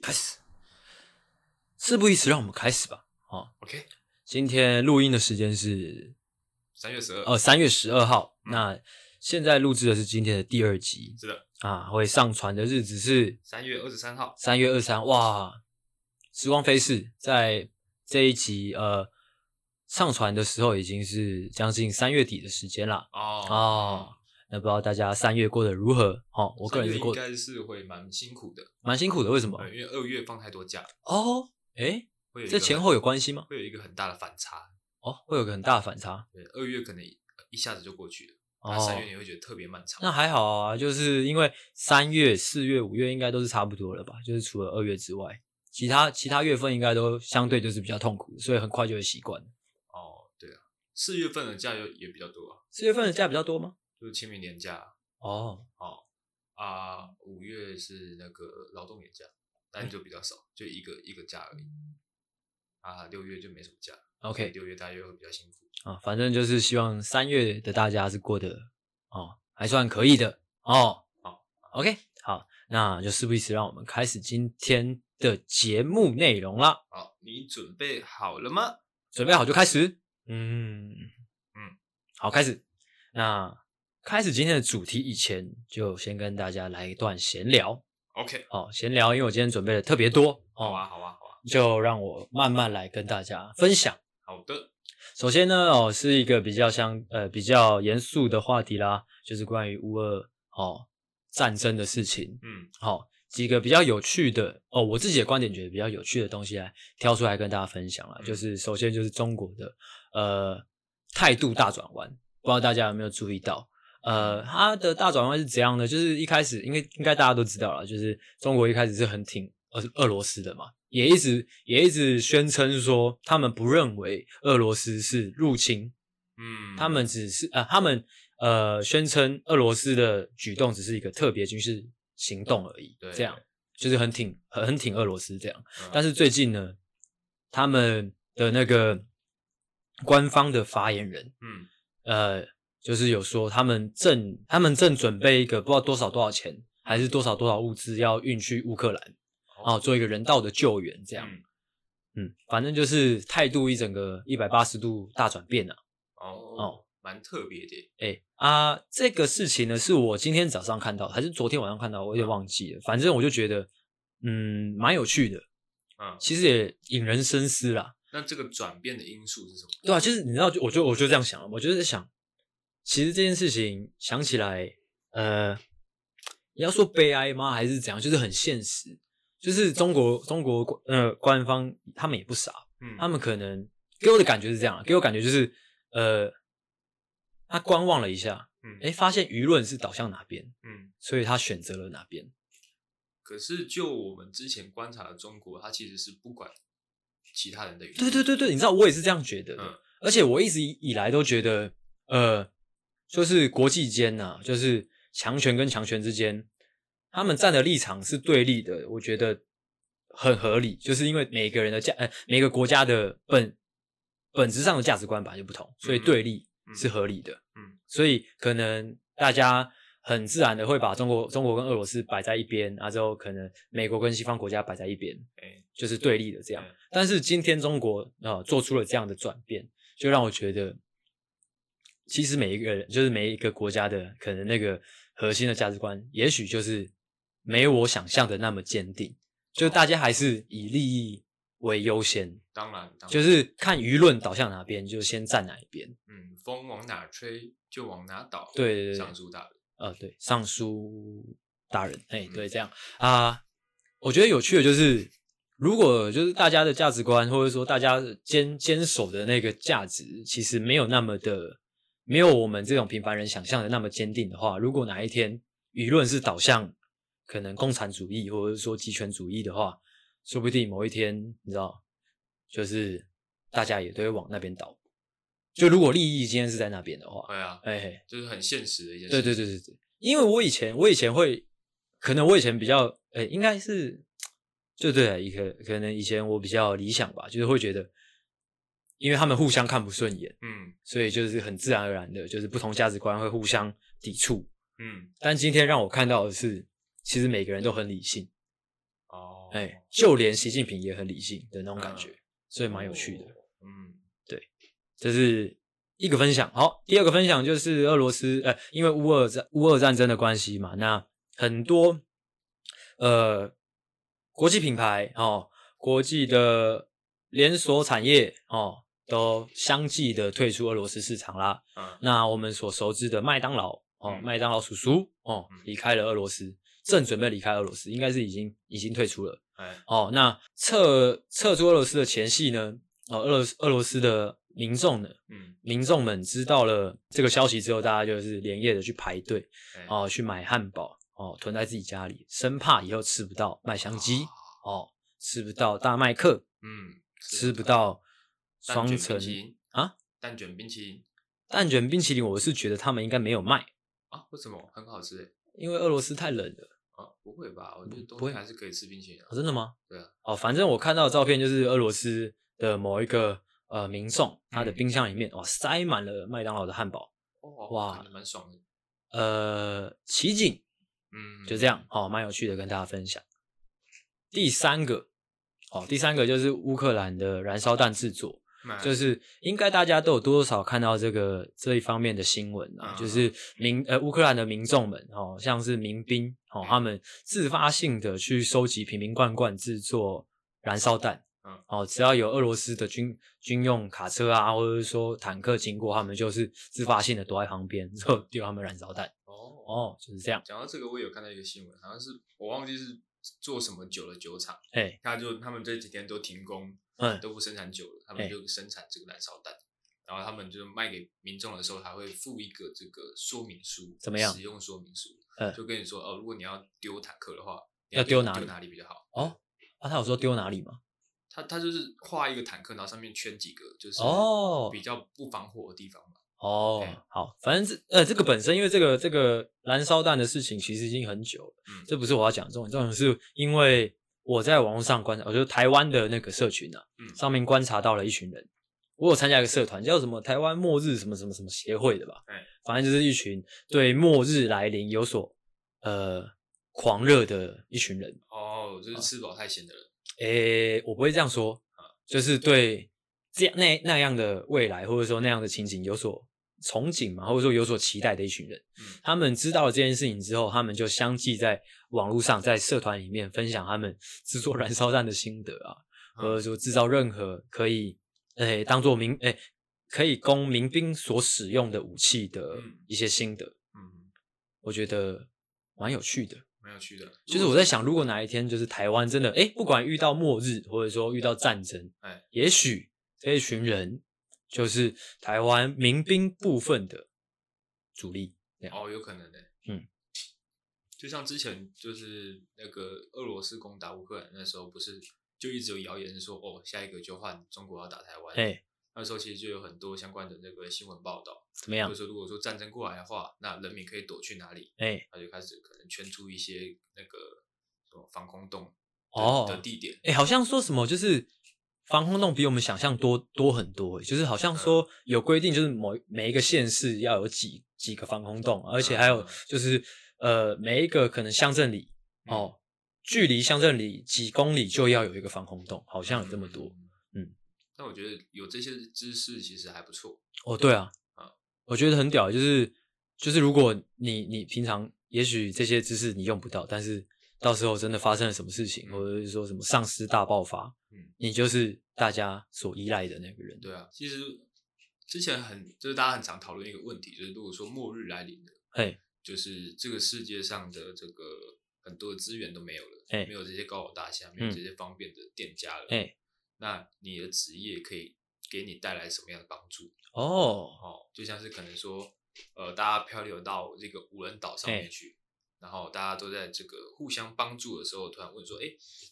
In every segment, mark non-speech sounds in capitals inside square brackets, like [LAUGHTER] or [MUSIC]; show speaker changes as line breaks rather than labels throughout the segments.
开始。事不宜迟，让我们开始吧。哦，
OK，
今天录音的时间是
三月十二，
呃三月十二号，那现在录制的是今天的第二集
是的，
啊，会上传的日子是
三月二十三号，
三月二三，哇，时光飞逝，在这一集呃上传的时候已经是将近三月底的时间啦。
哦
哦，那不知道大家三月过得如何？哦，我个人
三
是
月
过哦
应
得
该是会蛮辛苦的，
蛮辛苦的，为什么？
呃因为二月放太多假，
哦，诶，
会有一
这
个
前
很
后有关系吗？
会有一个很大的反差，
哦，会有个很大的反差。
对，二月可能一一下子就过去了，那
哦
三，月你会觉得特别漫长，
那还好啊，就是因为三月、四月、五月应该都是差不多了吧？就是除了二月之外，其他其他月份应该都相对就是比较痛苦，所以很快就会习惯了。
哦，对啊，四月份的假又也比较多啊，
四月份的假比较多吗？
就是清明年假
哦，
啊，五月是那个劳动年假，
哎
但就比较少，就一个一个假而已，啊，六月就没什么假所以
OK
六月大约会比较辛苦，
啊，反正就是希望三月的大家是过得哦还算可以的哦。
好
，OK，好，那就事不宜迟，让我们开始今天的节目内容啦。
好，你准备好了吗？
准备好就开始。嗯嗯
嗯，
好，开始。那开始今天的主题以前，就先跟大家来一段闲聊
OK，
哦。闲聊，因为我今天准备的特别多
好
哦，
啊，好啊，好啊，
就让我慢慢来跟大家分享。
好的，
首先呢，哦，是一个比较相呃比较严肃的话题啦，就是关于乌俄哦战争的事情。
嗯，
好、几个比较有趣的哦，我自己的观点觉得比较有趣的东西来挑出来跟大家分享了。
嗯
就是首先就是中国的呃态度大转弯，不知道大家有没有注意到？呃，它的大转弯是怎样呢？就是一开始应该应该大家都知道了，就是中国一开始是很挺俄俄罗斯的嘛，也一直也一直宣称说他们不认为俄罗斯是入侵，
嗯，
他们只是呃，他们呃宣称俄罗斯的举动只是一个特别军事行动而已
对，
这样就是很挺很很挺俄罗斯这样。
嗯，
但是最近呢，他们的那个官方的发言人，
嗯，
呃，就是有说他们正他们正准备一个不知道多少多少钱，还是多少多少物资要运去乌克兰，
哦
啊，
嗯
做一个人道的救援这
这
样。嗯，反正就是态度一整个一百八十度大转变啊。
哦，蛮特别的耶，
哎啊，这个事情呢，是我今天早上看到，还是昨天晚上看到，我有点忘记了。反正我就觉得，嗯，蛮有趣的，
嗯，
其实也引人深思啦。
那这个转变的因素是什么？
对啊，就是你知道，就我就我就这样想了，我就是在想，其实这件事情想起来，呃，你要说悲哀吗，还是怎样？就是很现实，就是中国中国官呃官方他们也不傻，
嗯，
他们可能给我的感觉是这样啊，给我感觉就是呃，他观望了一下。
嗯，
哎，发现舆论是导向哪边，
嗯，
所以他选择了哪边。
可是就我们之前观察的中国，它其实是不管其他人的语言，
对对对对，你知道我也是这样觉得的，
嗯
而且我一直以以来都觉得，呃，就是国际间呐、就是强权跟强权之间，他们站的立场是对立的，我觉得很合理，就是因为每个人的价，呃，每个国家的本本质上的价值观本来就不同，所以
嗯哼
对立
嗯
是合理的。
嗯，
所以可能大家很自然的会把中国、中国跟俄罗斯摆在一边，啊之后可能美国跟西方国家摆在一边，
哎，
就是对立的这样
嗯。
但是今天中国啊、呃做出了这样的转变，就让我觉得，其实每一个人就是每一个国家的可能那个核心的价值观，也许就是没有我想象的那么坚定，就大家还是以利益为优先，
当然，当然，
就是看舆论导向哪边就先站哪一边。
嗯，风往哪吹就往哪倒，
对对对
上述大人，
呃，对，尚书大人，哎，
嗯
对，这样啊、我觉得有趣的就是，如果就是大家的价值观，或者说大家坚坚守的那个价值，其实没有那么的，没有我们这种平凡人想象的那么坚定的话，如果哪一天舆论是导向可能共产主义或者说极权主义的话，说不定某一天，你知道，就是大家也都会往那边倒。就如果利益今天是在那边的话，
对啊，
哎嘿。
就是很现实的一件
对
事，
对
对，
对对对，因为我以前我以前会，可能我以前比较，呃、应该是，就对了，一个可能以前我比较理想吧，就是会觉得，因为他们互相看不顺眼，
嗯
所以就是很自然而然的，就是不同价值观会互相抵触。
嗯，
但今天让我看到的是，其实每个人都很理性，
哦，
哎，就连习近平也很理性的那种感觉，
嗯
所以蛮有趣的。
嗯，
这是一个分享。好，第二个分享就是俄罗斯，呃，因为乌俄战乌俄战争的关系嘛，那很多呃国际品牌哦，国际的连锁产业哦，都相继的退出俄罗斯市场啦。
啊，
那我们所熟知的麦当劳哦，
嗯
麦当劳叔叔哦
嗯，
离开了俄罗斯，正准备离开俄罗斯，应该是已经已经退出了。
哎，
哦，那撤撤出俄罗斯的前夕呢，哦，俄罗斯俄罗斯的民众呢，
嗯，
民众们知道了这个消息之后，大家就是连夜的去排队
哎，
哦，去买汉堡哦，囤在自己家里，生怕以后吃不到麦香鸡
啊
哦，吃不到大麦克，
嗯，
吃不到
蛋
双
卷
层
冰淇淋
啊，
蛋卷冰淇淋
蛋卷冰淇淋，我是觉得他们应该没有卖，
啊，为什么很好吃欸？
因为俄罗斯太冷了。
啊，不会吧？我觉得冬
嗯不会
天还是可以吃冰淇淋啊
哦、。真的吗？
对啊。
哦，反正我看到的照片就是俄罗斯的某一个呃民众，他的
嗯
冰箱里面哇塞满了麦当劳的汉堡，
哦，
哇
感觉蛮爽的。
呃，奇景
嗯，
就这样，好、哦，蛮有趣的，跟大家分享。第三个，哦，第三个就是乌克兰的燃烧弹制作，
那，
就是应该大家都有多多少少看到这个这一方面的新闻
嗯
啊，就是民呃乌克兰的民众们哦，像是民兵哦，他们自发性的去收集瓶瓶罐罐制作燃烧弹
嗯。
哦，只要有俄罗斯的军军用卡车啊，或者是说坦克经过，他们就是自发性的躲在旁边，之后丢他们燃烧弹。
哦，
哦，就是这样。
讲到这个，我也有看到一个新闻，好像是我忘记是做什么酒的酒厂，
哎，
他就他们这几天都停工，
嗯，
都不生产酒了，他
哎
们就生产这个燃烧弹。然后他们就卖给民众的时候，还会附一个这个说明书，
怎么样
使用说明书，
嗯
就跟你说哦，如果你要丢坦克的话，你
要
丢
丢哪里
丢哪里比较好？
哦，啊，他有说丢哪里吗？
他他就是画一个坦克，然后上面圈几个就是
哦
比较不防火的地方嘛。
哦
哎，
好，反正这呃，这个本身因为这个这个燃烧弹的事情其实已经很久了，
嗯，
这不是我要讲的重点，重点是因为我在网络上观察，我觉得台湾的那个社群啊，
嗯
上面观察到了一群人。我有参加一个社团，叫什么台湾末日什么什么什么协会的吧，
哎
反正就是一群对末日来临有所呃狂热的一群人。
哦，就是吃饱太闲的人。
诶、我不会这样说，啊就是对这样那那样的未来，或者说那样的情景有所憧憬嘛，或者说有所期待的一群人，
嗯
他们知道了这件事情之后，他们就相继在网络上、在社团里面分享他们制作燃烧弹的心得啊，或者
嗯
说制造任何可以诶、当做民诶、可以供民兵所使用的武器的
嗯
一些心得，
嗯，
我觉得蛮有趣的。
蛮有趣的。
就是我在想，如果哪一天就是台湾真的，哎、不管遇到末日，或者说遇到战争，
哎
也许这一群人就是台湾民兵部分的主力。
哦，有可能的、
嗯，
就像之前就是那个俄罗斯攻打乌克兰那时候，不是就一直有谣言说哦，下一个就换中国要打台湾。
哎、
那时候其实就有很多相关的那个新闻报道，
怎么
就
样
是？说如果说战争过来的话，那人民可以躲去哪里？
哎、
他就开始可能圈出一些那个什么防空洞的
哦
的地点。
哎、好像说什么就是防空洞比我们想象多多很多、诶就是好像
啊
说有规定，就是某每一个县市要有几几个防空洞，而且还有
嗯
就是呃每一个可能乡镇里哦，距离乡镇里几公里就要有一个防空洞，好像有这么多。嗯。
但我觉得有这些知识其实还不错。
哦，对啊
啊，
我觉得很屌，就是就是如果你你平常也许这些知识你用不到，但是到时候真的发生了什么事情，
嗯
或者是说什么丧尸大爆发，
嗯
你就是大家所依赖的那个人。
对啊，其实之前很就是大家很常讨论一个问题，就是如果说末日来临了，
嘿，
就是这个世界上的这个很多的资源都没有了，
哎嗯
没有这些高楼大厦，没有这些方便的店家了，
哎，
那你的职业可以给你带来什么样的帮助？
哦，
哦，就像是可能说，呃，大家漂流到这个无人岛上
哎
面去。然后大家都在这个互相帮助的时候，突然问说：“哎，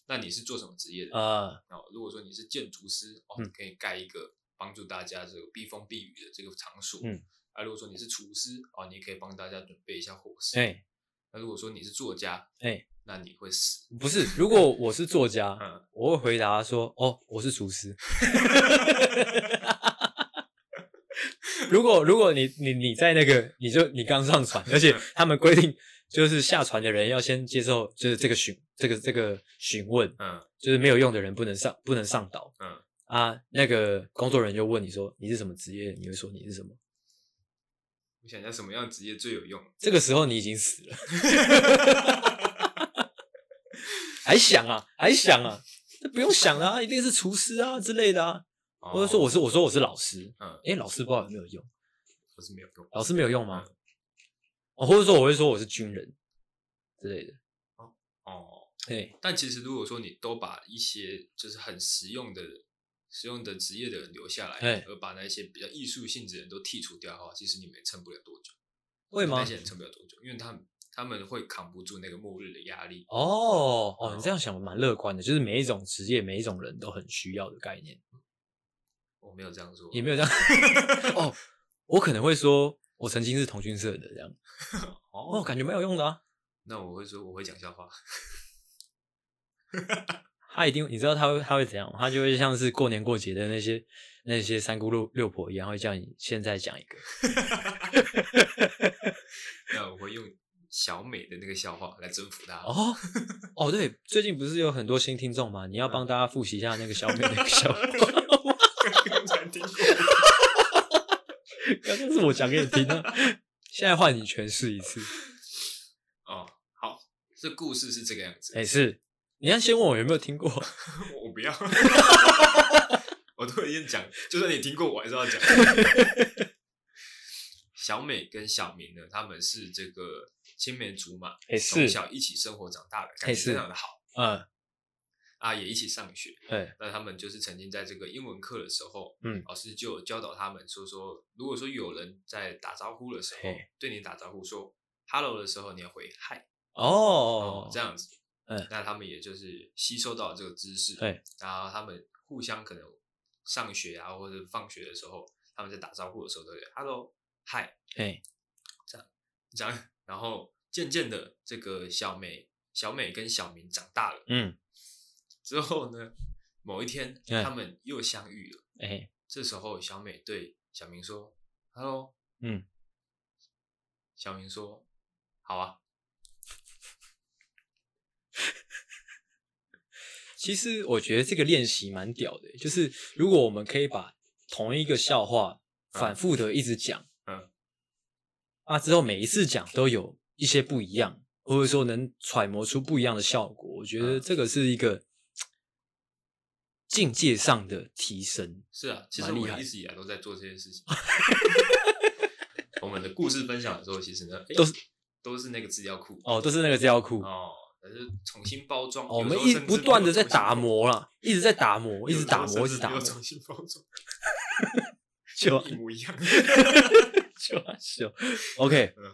那你是做什么职业的？”
呃，
哦，如果说你是建筑师，哦，
嗯
你可以盖一个帮助大家这个避风避雨的这个场所。
嗯。
啊，如果说你是厨师，哦，你也可以帮大家准备一下伙食。。
哎
那如果说你是作家，
哎，
那你会死。
不是，如果我是作家，
嗯，
我会回答说，哦，我是厨师。 [LAUGHS] 如果如果你你你在那个，你就你刚上船，而且他们规定就是下船的人要先接受就是这个询这个这个询问，
嗯
就是没有用的人不能上不能上岛
嗯，
啊。那个工作人员就问你说你是什么职业，你会说你是什么。
我想一下什么样的职业最有用？
这个时候你已经死了， [LAUGHS] 还想啊，还想啊，那不用想了、啊，一定是厨师啊之类的啊。
哦
或者说我是我说我是老师，
嗯，
诶，老师不知道有没有用，
我是没有用。
老师没有用吗？
嗯
哦，或者说我会说我是军人之类的，
哦，
对，
但其实如果说你都把一些就是很实用的、实用的职业的人留下
对
来，而把那些比较艺术性质的人都剔除掉的话，其实你们也撑不了多久。
会吗
那些人撑不了多久，因为他们他们会扛不住那个末日的压力。
哦
嗯
哦，你这样想蛮乐观的，就是每一种职业、每一种人都很需要的概念，
我没有这样说，
也没
[LAUGHS]
有这样哦。我可能会说，我曾经是童军社的这样，哦，
哦。
感觉蛮有用的啊。
那我会说我会讲笑话，
他一定，你知道他会他会怎样吗？他就会像是过年过节的那些那些三姑六六婆一样，会叫你现在讲一个。
那我会用小美的那个笑话来征服他。
哦哦，对，最近不是有很多新听众吗？你要帮大家复习一下那个小美那个笑话，
刚才听过，
刚刚是我讲给你听的、现在换你诠释一次。
哦，好，这故事是这个样子。
哎、是，你要先问我有没有听过。
我不要， [LAUGHS] 我突然间讲，就算你听过，我还是要讲。小美跟小明呢，他们是这个青梅竹马，
哎、
从
是，
小一起生活长大的，
哎
感情非
是
常的好
嗯，
啊，也一起上学。
对，
那他们就是曾经在这个英文课的时候，
嗯
老师就有教导他们说说，如果说有人在打招呼的时候
嘿
对你打招呼说 “hello” 的时候，你要回 “hi”，
哦，
这样子，
嗯
那他们也就是吸收到了这个知识，
对，
然后他们互相可能上学啊或者放学的时候，他们在打招呼的时候都会 “hello”、“hi”
哎、
这样，然后渐渐的，这个小美、小美跟小明长大了
嗯，
之后呢，某一天
嗯
他们又相遇了。
哎、
这时候，小美对小明说：“Hello。”
嗯，
小明说：“好啊。
其实我觉得这个练习蛮屌的，欸就是如果我们可以把同一个笑话反复的一直讲，
嗯，
啊，之后每一次讲都有一些不一样，或者说能揣摩出不一样的效果，我觉得
嗯
这个是一个嘖境界上的提升”。
是啊，其实
蛮厉
我
害
一直以来都在做这件事
[LAUGHS]
情。我们的故事分享的时候，其实呢，诶
都是
都是那个资料库
哦，都是那个资料库，哦
哦，但是重新包装。
我
有
们
时候
一
甚至
不
没有
断的在
重新
打
包
磨啦，一直在打磨，一
有
直
时
打
候
磨，一
甚
直
至
打
没有
磨，
重新包装，
[LAUGHS] 就
一模一样。
就啊就 [LAUGHS] OK
嗯。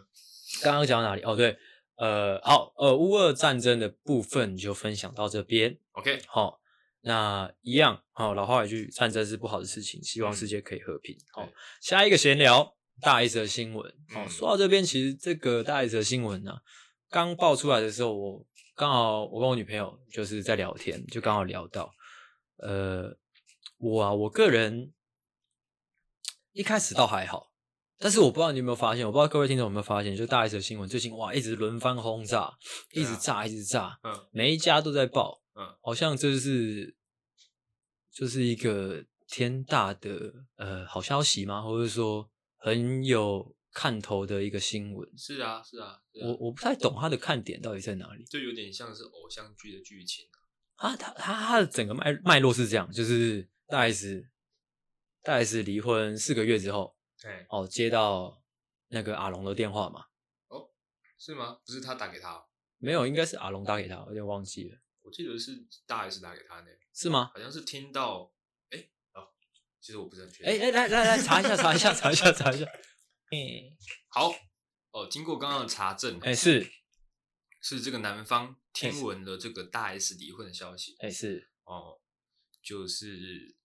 刚刚讲到哪里？哦，对，呃，好，呃，乌俄战争的部分就分享到这边。
OK，
好、那一样，好、老话一句，战争是不好的事情，希望
嗯
世界可以和平。好、
对
下一个闲聊，大一则新闻。好、
嗯
说到这边，其实这个大一则新闻呢、刚爆出来的时候，我刚好我跟我女朋友就是在聊天，就刚好聊到，呃，我啊，我个人一开始倒还好，但是我不知道你有没有发现，我不知道各位听众有没有发现，就大一则新闻最近哇，一直轮番轰炸，一直
对啊
炸，一直炸，
嗯，
每一家都在报，
嗯，
好像这是就是一个天大的呃好消息吗？或者说很有看头的一个新闻？
是啊，是啊，是啊
我我不太懂它的看点到底在哪里
就有点像是偶像剧的剧情啊。
啊？它它它的整个脉脉络是这样，就是大 S 大 S 离婚四个月之后，
哎，
哦，接到那个阿龙的电话嘛？
是吗？不是他打给他哦，
没有，应该是阿龙打给他，我有点忘记了，
我记得是大 S 打给他呢，
是吗？
好像是听到，哎、哦，其实我不是很确定。
哎哎，来来来，查一下，查一下，查一
[LAUGHS]
下，查一下。哎
好，哦，经过刚刚的查证，
哎是
是这个男方
哎是
听闻了这个大 S 离婚的消息，
哎是
哦，就是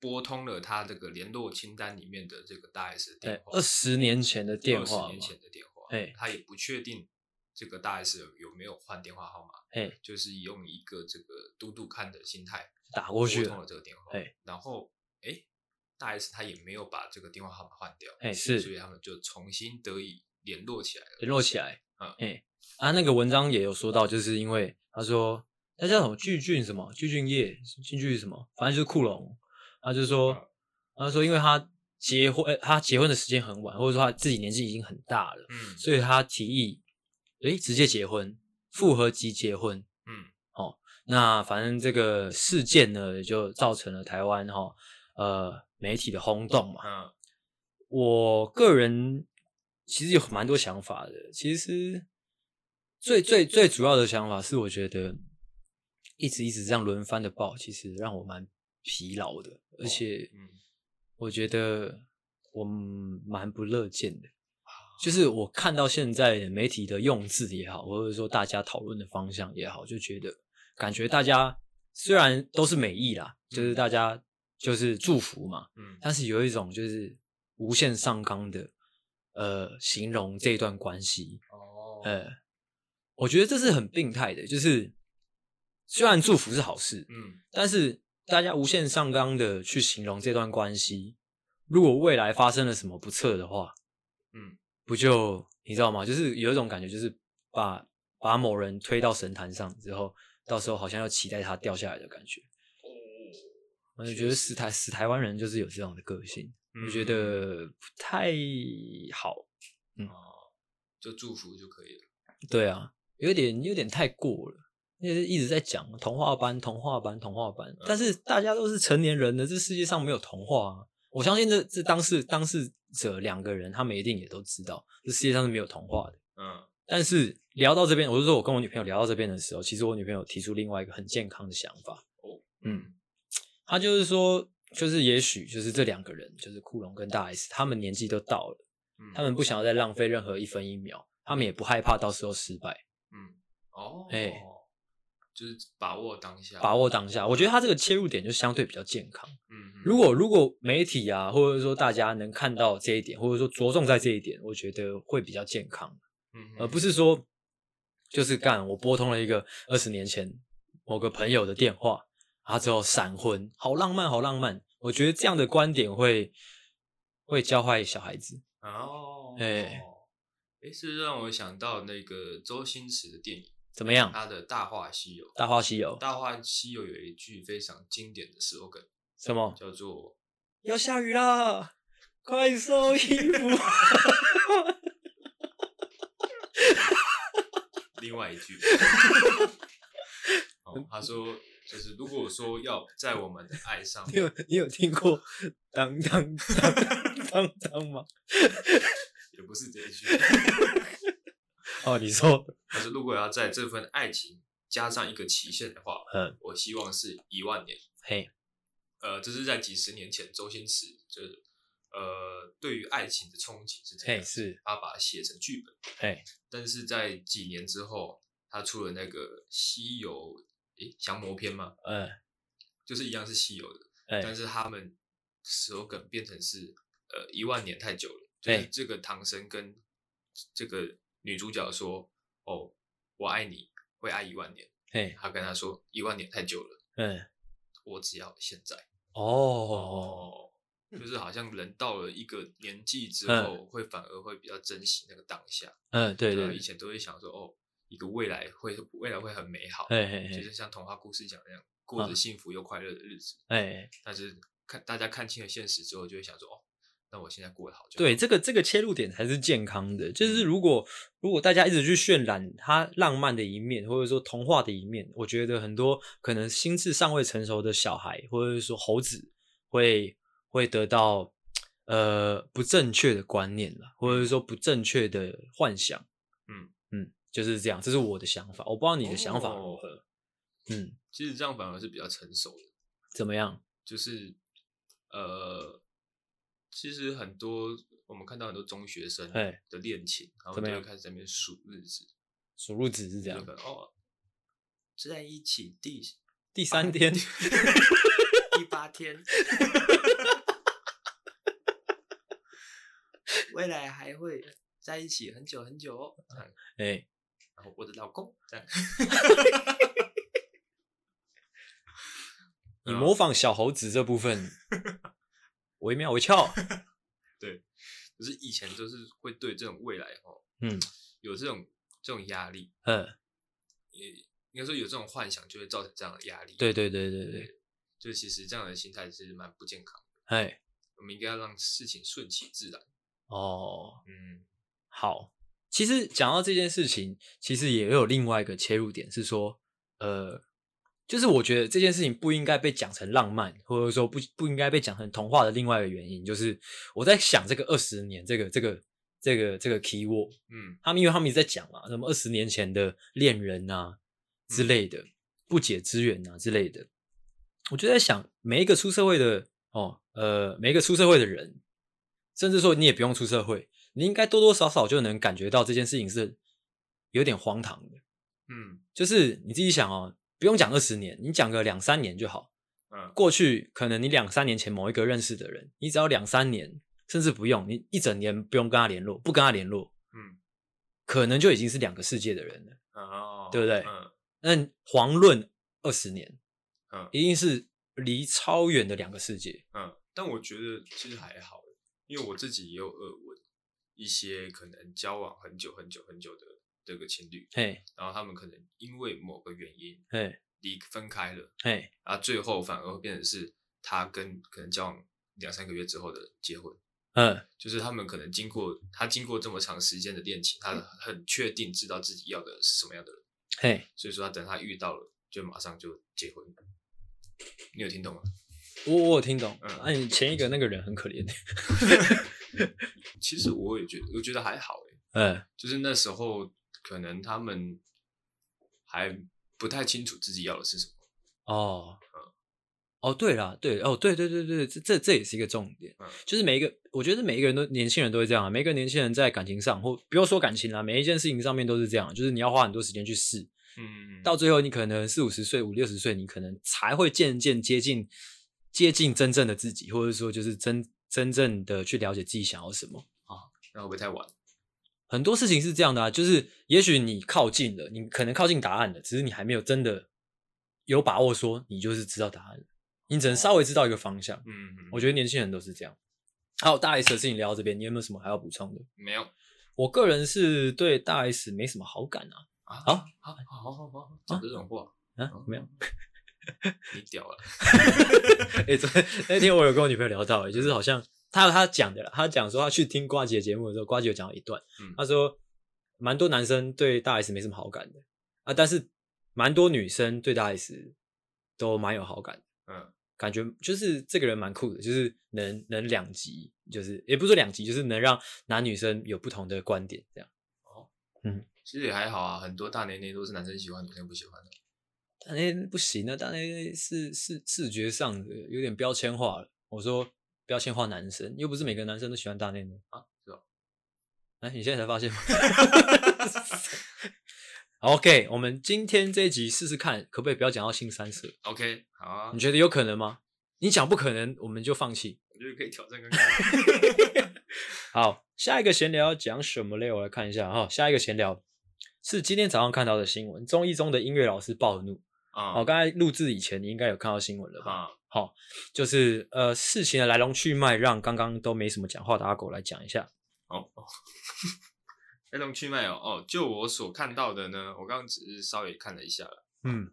拨通了他这个联络清单里面的这个大 S 的
对
电，话，
二十年前的电话
20年
嘛
前的电话，
哎
他也不确定这个大 S 有有没有换电话号码，
哎，
就是用一个这个赌赌看的心态
打过去
拨通
了，
了这个电话，
哎
然后哎，诶大 S 她也没有把这个电话号码换掉，
哎是
所以他们就重新得以联络起来了。
联络起来。
嗯
哎、啊，那个文章也有说到，就是因为他说那叫什么巨俊什么巨俊业巨俊什么，反正就是库龙，他就说，
嗯
他说因为他结婚，呃他结婚的时间很晚，或者说他自己年纪已经很大了，
嗯
所以他提议，诶、直接结婚，复合级结婚。
嗯
那反正这个事件呢，也就造成了台湾哈、呃媒体的轰动嘛。
嗯
我个人其实有蛮多想法的。其实最最最主要的想法是，我觉得一直一直这样轮番的报，其实让我蛮疲劳的，而且
嗯
我觉得我嗯蛮不乐见的。就是我看到现在的媒体的用字也好，或者说大家讨论的方向也好，就觉得感觉大家虽然都是美意啦，就是大家就是祝福嘛，
嗯
但是有一种就是无限上纲的，呃，形容这段关系，
哦
呃，我觉得这是很病态的，就是虽然祝福是好事，
嗯
但是大家无限上纲的去形容这段关系，如果未来发生了什么不测的话，
嗯，
不就你知道吗？就是有一种感觉，就是把把某人推到神坛上之后，到时候好像要期待他掉下来的感觉。我就觉得死台死台湾人就是有这样的个性，
嗯
我觉得不太好。
就祝福就可以了。
对啊，有点有点太过了，就是一直在讲童话班、童话班、童话班，但是大家都是成年人了，这世界上没有童话啊。我相信这这当事当事者两个人，他们一定也都知道，这世界上是没有童话的。
嗯
但是聊到这边，我就说我跟我女朋友聊到这边的时候，其实我女朋友提出另外一个很健康的想法，嗯，她就是说，就是也许就是这两个人，就是库龙跟大 S，他们年纪都到了，
嗯
他们不想要再浪费任何一分一秒，他们也不害怕到时候失败。
嗯哦
哎
就是把握当下，
把握当下。我觉得他这个切入点就相对比较健康。
嗯嗯
如果如果媒体啊，或者说大家能看到这一点，或者说着重在这一点，我觉得会比较健康，
嗯
呃而不是说就是干我拨通了一个二十年前某个朋友的电话，啊之后闪婚，好浪漫，好浪漫。我觉得这样的观点会会教坏小孩子。
哦
哎
哎，是不是让我想到那个周星驰的电影，
怎么样？
他的《大话西游》。
大话西游
大话西游有一句非常经典的 slogan，
什么？
叫做
要下雨啦，快收衣服。
另外一
[LAUGHS]
句。 [LAUGHS] 哦、他说，就是如果说要在我们的爱
[LAUGHS]
上
[LAUGHS] 你
面
有你有听过当当当当当吗？
也不是这一句。
哦，你说，
他说，如果要在这份爱情加上一个期限的话，
嗯，
我希望是一万年。
嘿，
呃，这是在几十年前，周星驰就是呃对于爱情的憧憬是这
嘿
样，
是，
他把它写成剧本。
嘿，
但是在几年之后，他出了那个《西游》诶降魔篇嘛，
嗯，
就是一样是西游的，但
哎，
是他们 slogan 变成是呃一万年太久了，就是
哎
这个唐僧跟这个女主角说，哦，我爱你，会爱一万年。
嘿，
他跟她说一万年太久了，
嗯，
我只要现在。
哦，，
就是好像人到了一个年纪之
嗯
后，会反而会比较珍惜那个当下。
嗯，对
啊
对
以，前都会想说，哦，一个未来会未来会很美好，
嘿嘿
就
嘿，
是像童话故事讲那样，过着
嗯
幸福又快乐的日子。
哎，
但是看大家看清了现实之后，就会想说，哦，那我现在过得好就好
对，，这个这个切入点才是健康的。就是
嗯
如果如果大家一直去渲染它浪漫的一面，或者说童话的一面，我觉得很多可能心智尚未成熟的小孩，或者是说猴子，会会得到呃不正确的观念了，或者是说不正确的幻想。
嗯
嗯，就是这样，这是我的想法，我不知道你的想法如
哦
何。嗯，
其实这样反而是比较成熟的，
怎么样？
就是呃，其实很多我们看到很多中学生
哎
的恋情，然后
怎么
就会
样嗯
开始在那边数日子，
数入子是这
就
样
可，能哦，在一起第
第三
[LAUGHS]
天
第八天，未来还会在一起很久很久哦。这样
哎、
然后我的老公，这样
你模仿小猴子这部分，我一秒我一翘，
就是以前就是会对这种未来哦，
嗯，
有这种这种压力，
嗯，
也应该说有这种幻想就会造成这样的压力。
对对对对对，
就其实这样的心态是蛮不健康的。
哎，
我们应该要让事情顺其自然。
哦，
嗯，
好，其实讲到这件事情，其实也有另外一个切入点是说，呃，就是我觉得这件事情不应该被讲成浪漫，或者说不不应该被讲成童话的另外一个原因，就是我在想这个二十年这个这个这个这个 key word，
嗯
他们因为他们一直在讲嘛，什么二十年前的恋人啊之类的，不解之缘啊之类的，我就在想，每一个出社会的哦，呃，每一个出社会的人，甚至说你也不用出社会，你应该多多少少就能感觉到这件事情是有点荒唐的。
嗯
就是你自己想哦，不用讲二十年，你讲个两三年就好。
嗯
过去可能你两三年前某一个认识的人，你只要两三年，甚至不用，你一整年不用跟他联络，不跟他联络，
嗯，
可能就已经是两个世界的人了。
哦，
对不对
嗯
那遑论二十年，
嗯
一定是离超远的两个世界。
嗯，但我觉得其实还好，因为我自己也有耳闻一些可能交往很久很久很久的这个情侣，
嘿，
然后他们可能因为某个原因
嘿，
离分开了，
嘿，
啊，最后反而会变成是他跟可能交往两三个月之后的人结婚，
嗯，
就是他们可能经过他经过这么长时间的恋情，
嗯
他很确定知道自己要的是什么样的人，
嘿，
所以说他等他遇到了，就马上就结婚。你有听懂吗？
我我有听懂。
嗯
哎、你前一个那个人很可怜。
其实我也觉得，我觉得还好诶、
嗯，
就是那时候可能他们还不太清楚自己要的是什么。
哦，
嗯
哦，对啦，对，哦，对对对对，这这这也是一个重点。
嗯
就是每一个，我觉得每一个人都年轻人都会这样啊，每一个年轻人在感情上，或不要说感情啦，每一件事情上面都是这样，啊就是你要花很多时间去试，
嗯，
到最后你可能四五十岁、五六十岁，你可能才会渐渐接近接近真正的自己，或者说就是真真正的去了解自己想要什么。
那会不会太晚？
很多事情是这样的啊，就是也许你靠近了，你可能靠近答案了，只是你还没有真的有把握说你就是知道答案了，你只能稍微知道一个方向。
嗯，
我觉得年轻人都是这样。好，大 S 的事情聊到这边，你有没有什么还要补充的？
没有啊
我个人是对大 S 没什么好感啊。
啊
好
啊，好好好好，讲这种话，
啊，没有。，
你屌了。
[LAUGHS] 哎、昨天那天我有跟我女朋友聊到、欸，就是好像她她讲的啦，她讲说她去听瓜姐节目的时候，瓜姐有讲到一段，
嗯
她说蛮多男生对大 S 没什么好感的啊，但是蛮多女生对大 S 都蛮有好感的，
嗯
感觉就是这个人蛮酷的，就是能能两极，就是也不是说两极，就是能让男女生有不同的观点这样。
其实也还好啊，很多大内内都是男生喜欢，女生不喜欢的。
但那不行啊，但那是视视觉上的有点标签化了。我说标签化男生，又不是每个男生都喜欢大内内
啊，是哦。
哎，你现在才发现吗 [LAUGHS] ？OK，我们今天这一集试试看，可不可以不要讲到性三色？
OK，好啊
你，觉得有可能吗？你讲不可能，我们就放弃。
我觉得可以挑战看看。
好，下一个闲聊要讲什么嘞？我来看一下哈、下一个闲聊是今天早上看到的新闻，中一中的音乐老师暴怒。
啊
哦，刚才录制以前你应该有看到新闻了吧？
啊，
好、就是呃事情的来龙去脉，让刚刚都没什么讲话的阿狗来讲一下。
哦哦，来龙去脉哦哦，就我所看到的呢，我刚刚只是稍微看了一下了，
嗯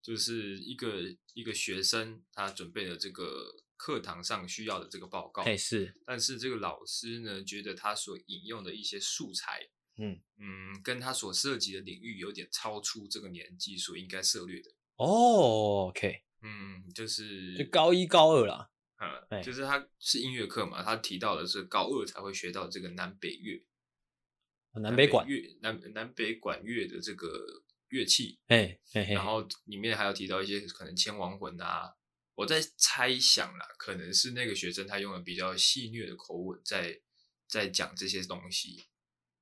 就是一个一个学生他准备了这个课堂上需要的这个报告，
嘿是，
但是这个老师呢，觉得他所引用的一些素材，
嗯
嗯，跟他所涉及的领域有点超出这个年纪所应该涉略的。
哦，OK，
嗯，就是
就高一高二啦。哎
嗯，就是他是音乐课嘛，他提到的是高二才会学到这个南北乐、
南北管，
乐、南南北管乐的这个乐器，
哎嘿嘿，
然后里面还有提到一些可能千王魂啊。我在猜想啦，可能是那个学生他用了比较戏谑的口吻在在讲这些东西，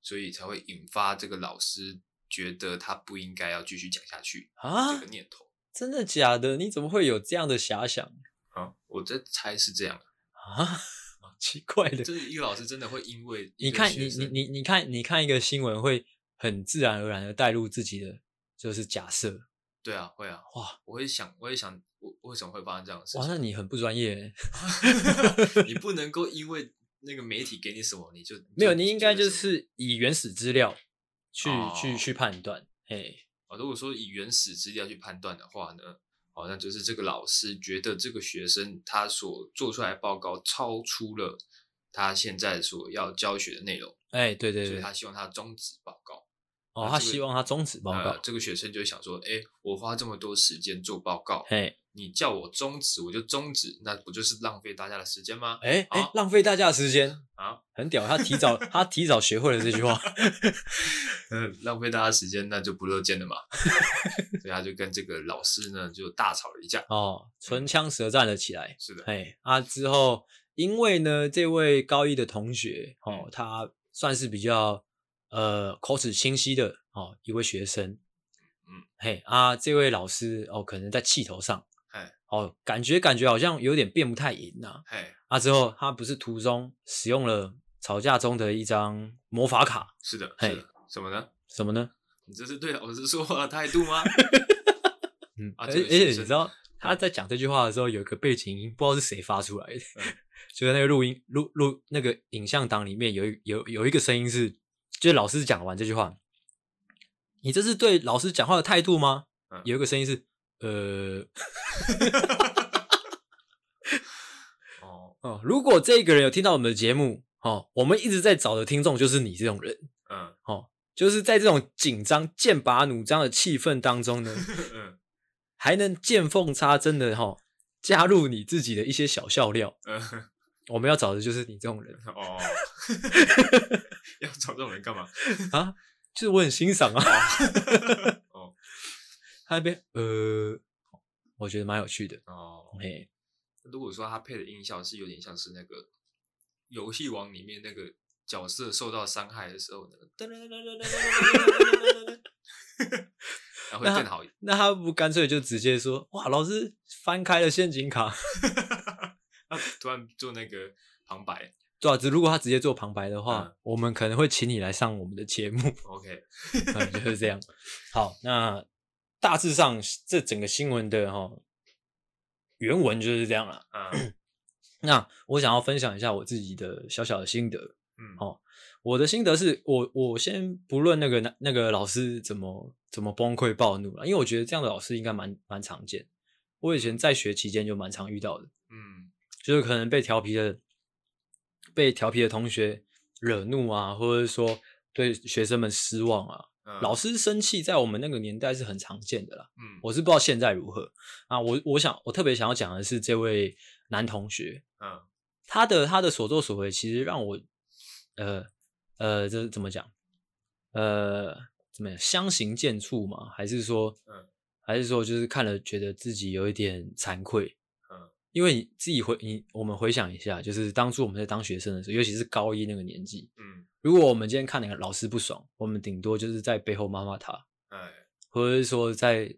所以才会引发这个老师觉得他不应该要继续讲下去这
啊
个，念头。
真的假的？你怎么会有这样的遐想
啊，我在猜是这样，
啊？ [LAUGHS] 好奇怪的，
就是一个老师真的会因为一
哎你
个
看
学
你你
生
你你看你看一个新闻，会很自然而然的带入自己的就是假设，
对啊，会啊，
哇，
我会想，我也想，我为什么会发生这样的事
哇，
情？
那你很不专业欸。
你不能够因为那个媒体给你什么，你就
没有，你应该
觉
就
得什么
是以原始资料去、去
哦
去判断。嘿，
啊。如果说以原始资料去判断的话呢，哦，那就是这个老师觉得这个学生他所做出来的报告超出了他现在所要教学的内容，
哎，对对
所以
对，
他希望他终止报告。
哦，
那
他
这个
希望他终止报
呃
告，。
这个学生就会想说，哎，我花这么多时间做报告，
嘿，
你叫我终止，我就终止，那不就是浪费大家的时间吗？
哎哎
好，
浪费大家的时间
好，
很屌，他提早他提早学会了这句话。
嗯， [LAUGHS] 浪费大家时间，那就不乐见了嘛。所以他就跟这个老师呢就大吵了一架。
哦，唇枪舌战了起来。
是的，
哎，啊，之后因为呢，这位高一的同学哦，
嗯
他算是比较呃口齿清晰的哦一位学生，
嗯，
嘿啊，这位老师哦，可能在气头上
哎，
哦，感觉感觉好像有点辩不太赢呐、
嘿，
啊。之后他不是途中使用了吵架中的一张魔法卡，
是的，
嘿
是的，什么呢？
什么呢？
你这是对老师说话的态度吗？ [LAUGHS]
嗯，
啊
而而
这
且
个学
你
生
知道他在讲这句话的时候，有一个背景音，不知道是谁发出来的，
嗯
[LAUGHS] 就是那个录音录录那个影像档里面有一有有一个声音是，就是老师讲完这句话，你这是对老师讲话的态度吗？
嗯
有一个声音是，呃，
哦，
哦，如果这个人有听到我们的节目，哦，我们一直在找的听众就是你这种人，
嗯
就是在这种紧张、剑拔弩张的气氛当中 [LAUGHS] 呢，
嗯
还能见缝插针的哈、哦，加入你自己的一些小笑料。
嗯，
我们要找的就是你这种人
哦， [LAUGHS] 要找这种人干嘛？
啊，就是我很欣赏啊。
哦
[LAUGHS] 他那边呃，我觉得蛮有趣的。
哦，
嘿，
如果说他配的音效是有点像是那个游戏王里面那个角色受到伤害的时候呢，那会更好。
那他不干脆就直接说哇，老师翻开了陷阱卡。
啊突然做那个旁白
对啊，只如果他直接做旁白的话，
嗯
我们可能会请你来上我们的节目，
，OK，
嗯就是这样。好，那大致上这整个新闻的哈、原文就是这样了。 [COUGHS]
嗯
那我想要分享一下我自己的小小的心得。
嗯，
好我的心得是我我先不论那个那那个老师怎么怎么崩溃暴怒了，因为我觉得这样的老师应该蛮蛮常见。我以前在学期间就蛮常遇到的，
嗯
就是可能被调皮的被调皮的同学惹怒啊，或者说对学生们失望啊。
嗯，
老师生气在我们那个年代是很常见的啦，
嗯
我是不知道现在如何啊。我我想我特别想要讲的是这位男同学，
嗯
他的他的所作所为，其实让我，呃呃，这怎么讲？呃，怎么样？相形见绌嘛？还是说，
嗯，
还是说，就是看了觉得自己有一点惭愧，
嗯，
因为你自己回你，我们回想一下，就是当初我们在当学生的时候，尤其是高一那个年纪，
嗯
如果我们今天看哪个老师不爽，我们顶多就是在背后骂骂他，
哎
或者是说在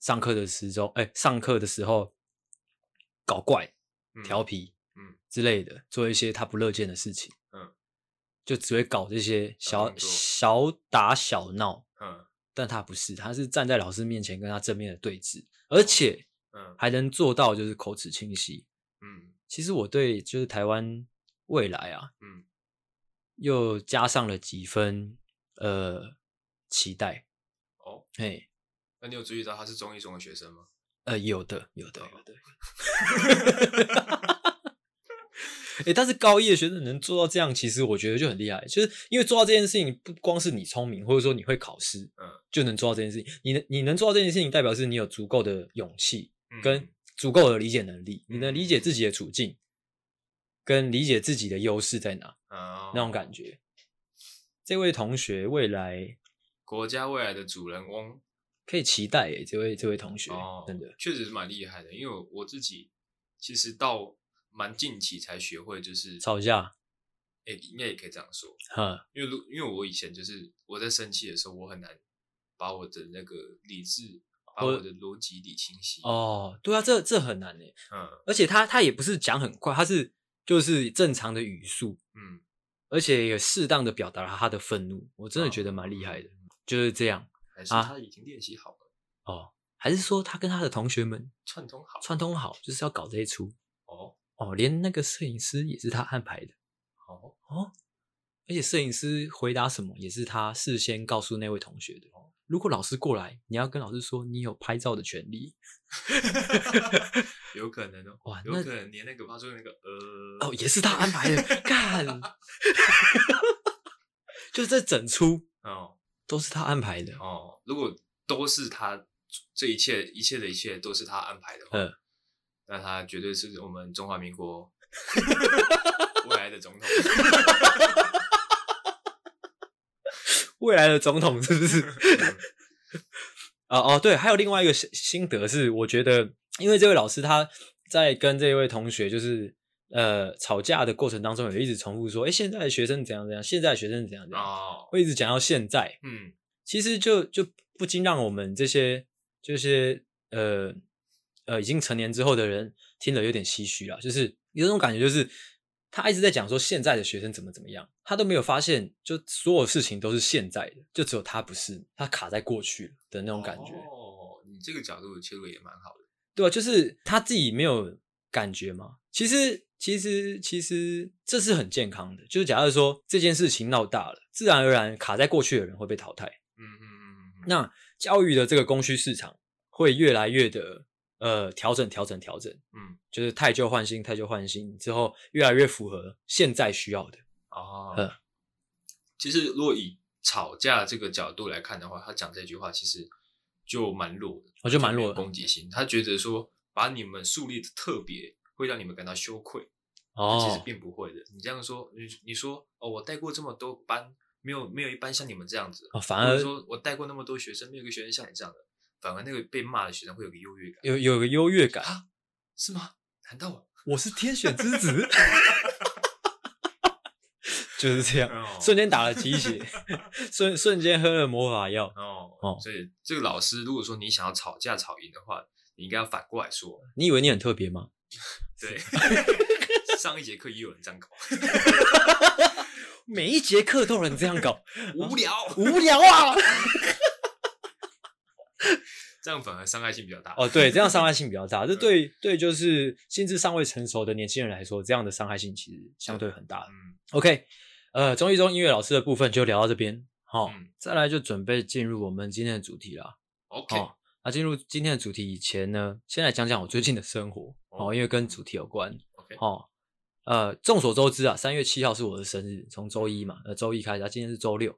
上课的时候，哎、上课的时候搞怪，
嗯
调皮，
嗯
之类的，做一些他不乐见的事情，
嗯，
就只会搞这些
小
小
动作
小打小闹，
嗯
但他不是，他是站在老师面前跟他正面的对峙，而且
嗯
还能做到就是口齿清晰。
嗯
其实我对就是台湾未来啊，
嗯
又加上了几分呃期待，
哦，
嘿，
那你有注意到他是中一中的学生吗？
呃，有的，有的，
哦
有的。 [LAUGHS] 哎、但是高一的学生能做到这样，其实我觉得就很厉害。就是因为做到这件事情，不光是你聪明，或者说你会考试，
嗯，
就能做到这件事情。你能你能做到这件事情，代表是你有足够的勇气
嗯
跟足够的理解能力，你能理解
嗯
自己的处境，跟理解自己的优势在哪
那
那种感觉。这位同学未来
国家未来的主人翁
可以期待耶，这位这位同学、
哦，
真的，
确实是蛮厉害的，因为我我自己其实到蛮近期才学会，就是
吵架，
哎、应该也可以这样说，
哈，
因为如因为我以前就是我在生气的时候，我很难把我的那个理智，把
我
我的逻辑理清晰。，
哦，对啊，这这很难诶。
嗯
而且他他也不是讲很快，他是就是正常的语速，
嗯
而且也适当的表达了他的
哦
愤怒。我真的觉得蛮厉害的，就是这样
还是
啊
他已经练习好了。
哦。还是说他跟他的同学们
串通好
串通好，就是要搞这一出？
哦
哦，连那个摄影师也是他安排的
哦
哦，而且摄影师回答什么也是他事先告诉那位同学的。哦如果老师过来，你要跟老师说你有拍照的权利。
有可能哦，
哇
有
啊那
可能连那个发出那个呃
哦，也是他安排的，干， [LAUGHS] 就是这整出
哦
都是他安排的。
哦，如果都是他这一切一切的一切都是他安排的话，
嗯
那他绝对是我们中华民国
[LAUGHS]
未来的总统。
未来的总统是不是？ [LAUGHS] 啊哦，对，还有另外一个心心得是，我觉得因为这位老师他在跟这位同学就是呃吵架的过程当中，有一直重复说，哎，现在的学生怎样怎样，现在的学生怎样怎样，
哦，
会一直讲到现在，
嗯，
其实就就不禁让我们这些这些呃呃已经成年之后的人听了有点唏嘘啊，就是有种感觉，就是他一直在讲说现在的学生怎么怎么样，他都没有发现，就所有事情都是现在的，就只有他不是，他卡在过去了的那种感觉，
哦，你这个角度切入也蛮好的。
对啊，就是他自己没有感觉嘛。其实其实其实这是很健康的，就是假设说这件事情闹大了，自然而然卡在过去的人会被淘汰。
嗯嗯嗯嗯嗯，
那教育的这个供需市场会越来越的呃调整调整调整，
嗯，
就是太旧换新，太旧换新之后越来越符合现在需要的。
哦，
嗯
其实如果以吵架这个角度来看的话，他讲这句话其实就蛮弱的，
我觉得蛮
没
弱
有
的
攻击性。他觉得说把你们树立的特别，会让你们感到羞愧。其实
哦，
并不会的。你这样说，你你说哦，我带过这么多班，没有没有一班像你们这样子，
哦反
或者
而
说我带过那么多学生，没有一个学生像你这样的，反而那个被骂的学生会有个优越感
有有个优越感，
啊？是吗？难道我？
[LAUGHS] 我是天选之子， [LAUGHS] 就是这 [LAUGHS] 样，
哦
瞬间打了鸡血，瞬瞬间喝了魔法药。
哦
哦
所以这个老师，如果说你想要吵架吵赢的话，你应该要反过来说，
你以为你很特别吗？ [LAUGHS]
对。上一节课也有人这样搞，
每一节课都有人这样 [LAUGHS] 搞，
无聊，
无聊啊！
这样反而伤害性比较 [LAUGHS] 大。
哦，对，这样伤害性比较大。这对对，就是心智尚未成熟的年轻人来说，这样的伤害性其实相对很大。
嗯，
OK，呃，中一中音乐老师的部分就聊到这边，好、
嗯
再来就准备进入我们今天的主题啦。
，OK，
好、那进入今天的主题以前呢，先来讲讲我最近的生活，
哦
哦，因为跟主题有关，
OK
哦。呃，众所周知啊，三月七号是我的生日，从周一嘛，呃，周一开始，啊，今天是周六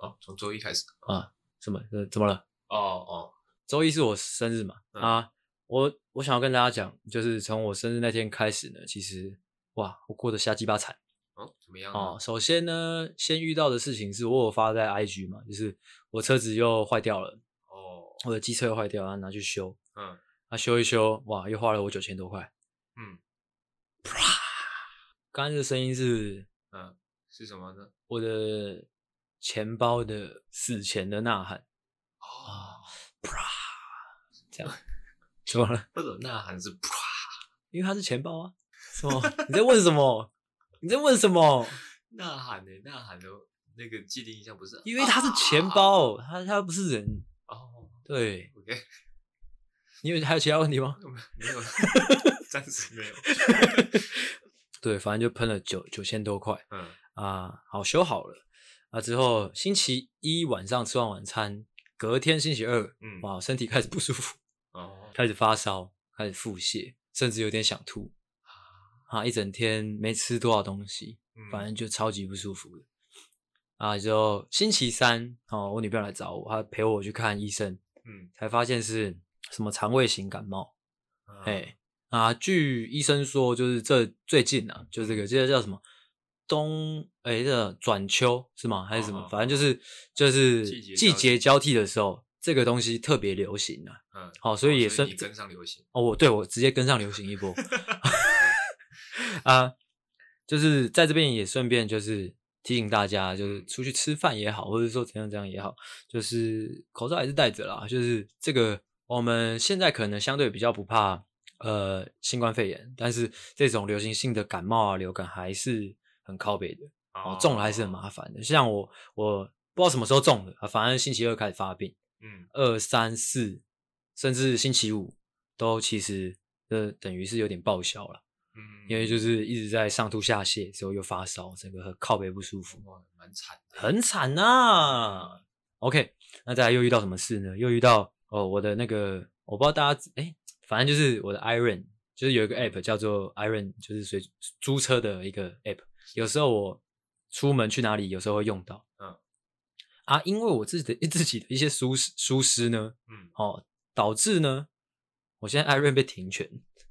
哦，从周一开始，
啊，什么？呃，怎么了？
哦哦，
周一是我生日嘛，
嗯
啊，我我想要跟大家讲，就是从我生日那天开始呢，其实哇，我过得瞎鸡巴惨
哦，怎么样呢？
哦。首先呢，先遇到的事情是我有发在 IG 嘛，就是我车子又坏掉了，
哦，
我的机车又坏掉，然后拿去修，
嗯
啊，修一修，哇，又花了我九千多块。
嗯
刚刚这声音是
嗯，是什么呢？
我的钱包的死前的呐喊，
哦，
这样怎么了？
或者呐喊是 [LAUGHS] 啪，
因为它是钱包啊。什么？你在问什么？你在问什么？
呐喊呢、呐喊的那个既定印象不是，
因为他是钱包，他他不是人。
哦。
对，
OK，
你有还有其他问题吗？ [LAUGHS]
没有，暂时没有。
对，反正就喷了九九千多块
嗯，
啊，好修好了啊。之后星期一晚上吃完晚餐，隔天星期二，
嗯
哇，身体开始不舒服，
哦，
开始发烧，开始腹泻，甚至有点想吐啊。一整天没吃多少东西，
嗯
反正就超级不舒服的。啊，之后星期三哦，我女朋友来找我，她陪我去看医生，
嗯，
才发现是什么肠胃型感冒。
嗯
哎，啊，据医生说，就是这最近啊，就
嗯
是这个这个叫什么冬哎，这个转秋是吗？还是什么？
哦哦
反正就是就是
季节
季
交替
节交替的时候，这个东西特别流行啊。
嗯，
好、所以也
是
算
你跟上流行。
哦，我对我直接跟上流行一波 [LAUGHS] 啊，就是在这边也顺便就是提醒大家，就是出去吃饭也好，或者说怎样怎样也好，就是口罩还是戴着啦。就是这个我们现在可能相对比较不怕呃新冠肺炎，但是这种流行性的感冒啊、流感还是很靠北的。哦，中了还是很麻烦的。像我，我不知道什么时候中的，啊反正星期二开始发病，
嗯
二三四甚至星期五都其实呃等于是有点报销了，
嗯，
因为就是一直在上吐下泻，之后又发烧，整个靠背不舒服，
哇，蛮惨的，
很惨呐、OK，那再来又遇到什么事呢？又遇到哦，我的那个我不知道大家哎、诶反正就是我的 Iron，就是有一个 app 叫做 Iron，就是随租车的一个 app。有时候我出门去哪里，有时候会用到。
嗯，
啊，因为我自己的自己的一些疏失疏失呢，
嗯，
哦，导致呢，我现在 Iron 被停权。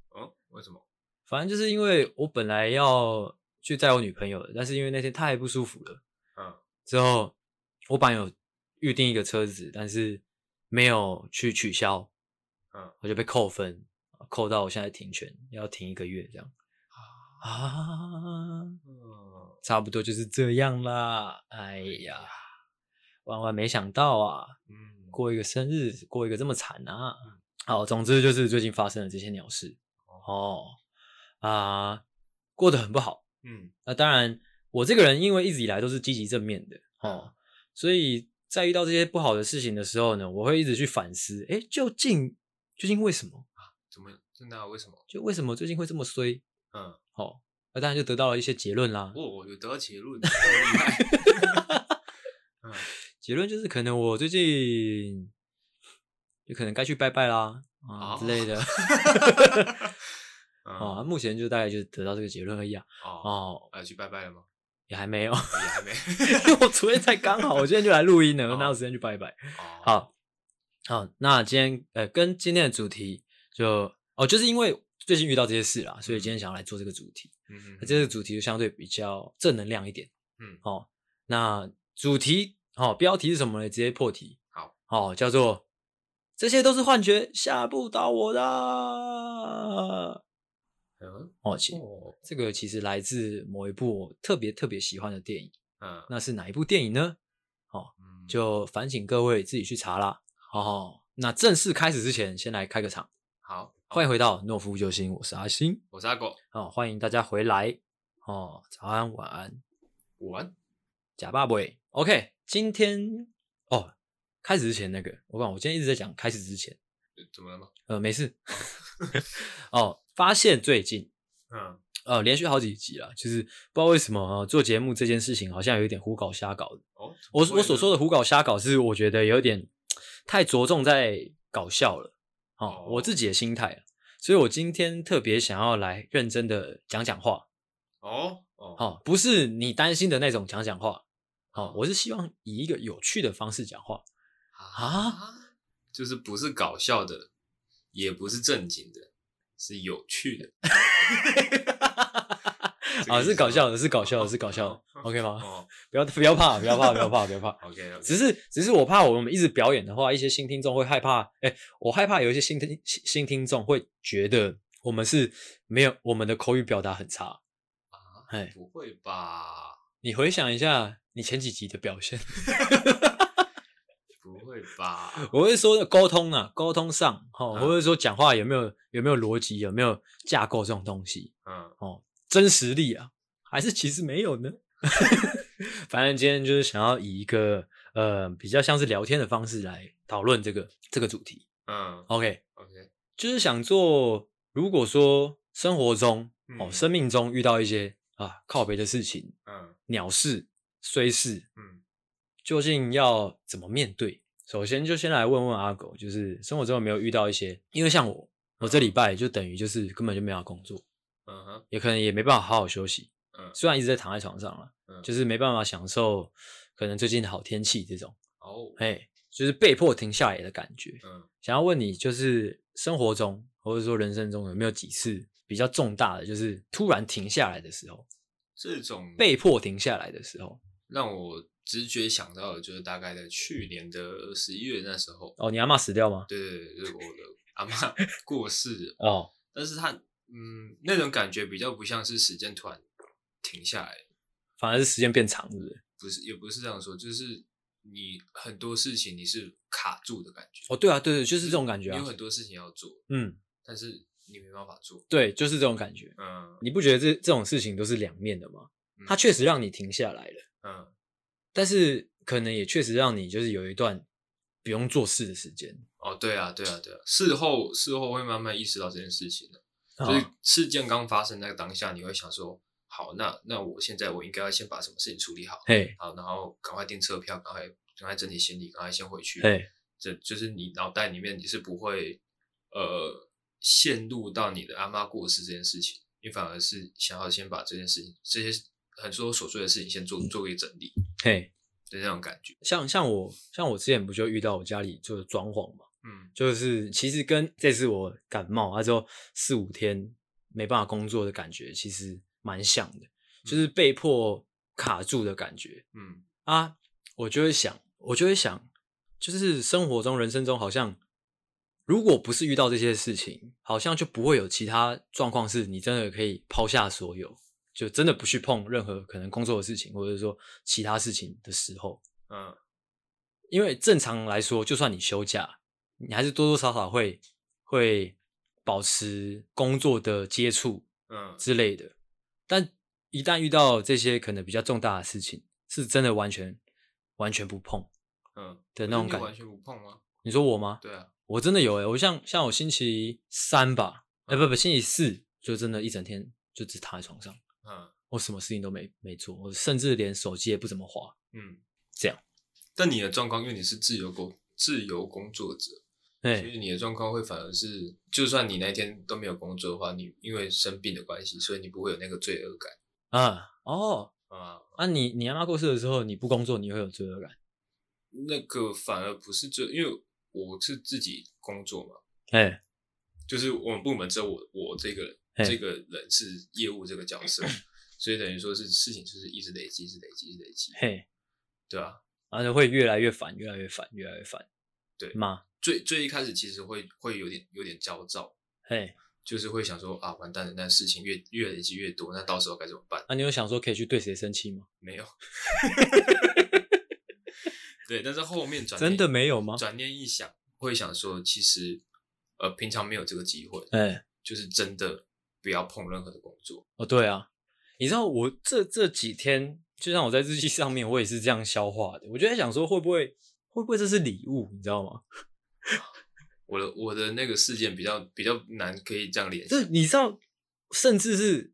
哦，为什么？
反正就是因为我本来要去载我女朋友的，但是因为那天太不舒服了。
嗯
之后，我本来有预定一个车子，但是没有去取消，
嗯
我就被扣分，扣到我现在停权，要停一个月这样
啊，
啊，
嗯，
差不多就是这样啦。哎呀，万万没想到啊，
嗯，
过一个生日，过一个这么惨啊！好，总之就是最近发生了这些鸟事哦，啊，过得很不好。
嗯
那当然，我这个人因为一直以来都是积极正面的哦，所以在遇到这些不好的事情的时候呢，我会一直去反思，诶，究竟究竟为什么？
怎么真的啊？为什么？
就为什么最近会这么衰？
嗯，
哦，那当然就得到了一些结论啦。
我我有得到结
[LAUGHS]
论，这么厉害，嗯
结论就是可能我最近就可能该去拜拜啦啊、
哦
之类的
嗯
啊、目前就大概就是得到这个结论而已啊。
哦，
哦，
呃，去拜拜了
[LAUGHS]
吗？
也还没有，
也还
[LAUGHS]
没。
因为我昨天才刚好，我今天就来录音了，我
哦
哪有时间去拜拜？
哦，
好，好，那今天呃，跟今天的主题就哦，就是因为最近遇到这些事啦，所以今天想要来做这个主题。
嗯，嗯
那这个主题就相对比较正能量一点，
嗯
哦，那主题哦，标题是什么呢？直接破题，
好，
哦，叫做这些都是幻觉，吓不倒我的。
嗯
哦，其
哦，
这个其实来自某一部我特别特别喜欢的电影，
嗯，
那是哪一部电影呢？
嗯
就烦请各位自己去查啦。哦，那正式开始之前，先来开个场。
好，
欢迎回到懦夫救星，我是阿星。
我是阿狗，
哦，欢迎大家回来。哦，早安、晚安，
午安。
假爸喂。OK，今天哦，开始之前那个，我讲，我今天一直在讲开始之前，
呃怎么了吗？
呃，没事。哦，发现最近
嗯
呃，连续好几集了，就是不知道为什么、呃、做节目这件事情好像有一点胡搞瞎搞的。
哦，
我
怎么会
我所
呢
说的胡搞瞎搞是，我觉得有点太着重在搞笑了，哦
哦，
我自己的心态啊，所以我今天特别想要来认真的讲讲话，
哦哦
哦，不是你担心的那种讲讲话，哦，我是希望以一个有趣的方式讲
[LAUGHS]
话，啊，
就是不是搞笑的，也不是正经的，是有趣的。这个
啊，
意
是
思
搞
吗
笑的，是搞笑的，是搞笑的
哦哦
，OK 吗？
哦
不要不要怕，不要怕，不要怕，不要怕。
，OK OK，
啊只是，只是我怕我们一直表演的话，一些新听众会害怕。哎、我害怕有一些新听新新听众会觉得我们是没有我们的口语表达很差。哎，
不会吧？
你回想一下你前几集的表现， [LAUGHS]
不会吧？
我会说沟通啊，沟通上哦，
嗯
我会说讲话有没有有没有逻辑，有没有架构这种东西，
嗯，
真实力啊，还是其实没有呢？ [LAUGHS] 反正今天就是想要以一个呃比较像是聊天的方式来讨论这个这个主题。
嗯
OK，
，OK，
就是想做，如果说生活中、
嗯
哦，生命中遇到一些啊靠北的事情、
嗯
鸟事、虽事，
嗯
究竟要怎么面对？首先就先来问问阿狗，就是生活中有没有遇到一些，因为像我，我这礼拜就等于就是根本就没有工作，
嗯哼，
也可能也没办法好好休息，
嗯
虽然一直在躺在床上了，
嗯，
就是是没办法享受可能最近的好天气这种，
哦，
哎，就是被迫停下来的感觉。
嗯
想要问你，就是生活中或者说人生中有没有几次比较重大的，就是突然停下来的时候，
这种
被迫停下来的时候？
让我直觉想到的就是大概在去年的十一月那时候，
哦，你阿妈死掉吗？
对对对，就是我的
[LAUGHS]
阿妈过世了，
哦，
但是她嗯那种感觉比较不像是时间突然停下来，
反而是时间变长，是不是？
不是也不是这样说，就是你很多事情你是卡住的感觉，
哦，对啊，对对，就是这种感觉
你
啊
有。很多事情要做，
嗯，
但是你没办法做，
对，就是这种感觉。
嗯
你不觉得这这种事情都是两面的吗？
嗯
它确实让你停下来了，
嗯
但是可能也确实让你就是有一段不用做事的时间。
哦，对啊，对啊，对啊，事后事后会慢慢意识到这件事情的，
啊
就是事件刚发生那个当下，你会想说，好，那那我现在我应该要先把什么事情处理好，
嘿，
好，然后赶快订车票，赶快赶快整理行李，赶快先回去，
嘿，
这就是你脑袋里面你是不会呃陷入到你的阿妈过世这件事情，你反而是想要先把这件事情这些很多琐碎的事情先做做一个整理
嘿，
的那种感觉。
像像我像我之前不就遇到我家里就是装潢嘛，
嗯
就是其实跟这次我感冒啊之后四五天没办法工作的感觉，其实蛮像的，就是被迫卡住的感觉。
嗯
啊，我就会想，我就会想，就是生活中、人生中，好像如果不是遇到这些事情，好像就不会有其他状况是你真的可以抛下所有，就真的不去碰任何可能工作的事情，或者说其他事情的时候。
嗯
因为正常来说，就算你休假，你还是多多少少会会保持工作的接触，
嗯
之类的。但一旦遇到这些可能比较重大的事情，是真的完全完全不碰
嗯，
的
可
那
是
种
你
感
完
觉。
全不碰吗？
你说我吗？
对啊，
我真的有诶、欸我像像我星期三吧，哎、
嗯
不不，星期四就真的一整天就只躺在床上，
嗯
我什么事情都没没做，我甚至连手机也不怎么滑。
嗯，
这样。
但你的状况，因为你是自由工自由工作者，
哎、
所以你的状况会反而是，就算你那天都没有工作的话，你因为生病的关系，所以你不会有那个罪恶感
啊哦
啊。
啊，你你阿妈过世的时候，你不工作，你会有罪恶感。
那个反而不是罪，因为我是自己工作嘛，
哎、
就是我们部门只有我我这个人，
嘿
这个人是业务这个角
[LAUGHS]
色，所以等于说是事情就是一直累积，一直累积，一直累积，
嘿，
对啊。
而且会越来越烦，越来越烦，越来越烦。
对
吗？
最最一开始其实会会有点有点焦躁，
嘿，
就是会想说啊，完蛋了，那事情越越累积越多，那到时候该怎么办？
啊，你有想说可以去对谁生气吗？
没有。 [LAUGHS] 对，但是后面转念
真的没有啊吗？
转念一想，会想说，其实呃，平常没有这个机会，
哎、
就是真的不要碰任何的工作。
哦，对啊，你知道我这这几天，就像我在日记上面，我也是这样消化的。我就在想说，会不会会不会这是礼物，你知道吗？
我的我的那个事件比较比较难，可以这样联
这
想。
你知道，甚至是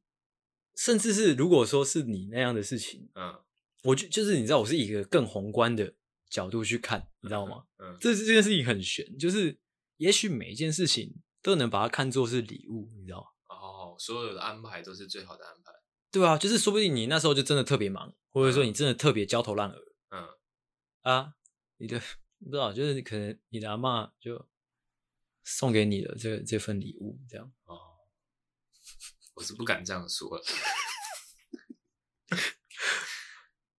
甚至是如果说是你那样的事情，
嗯
我就就是你知道，我是以一个更宏观的角度去看，你知道吗？
嗯
这这件事情很悬，就是也许每一件事情都能把它看作是礼物，你知道吗？
哦，所有的安排都是最好的安排。
对啊，就是说不定你那时候就真的特别忙，或者说你真的特别焦头烂额。
嗯
啊，你的不知道，就是可能你的阿嬷就送给你了这这份礼物，这样
哦， [LAUGHS] 我是不敢这样说了。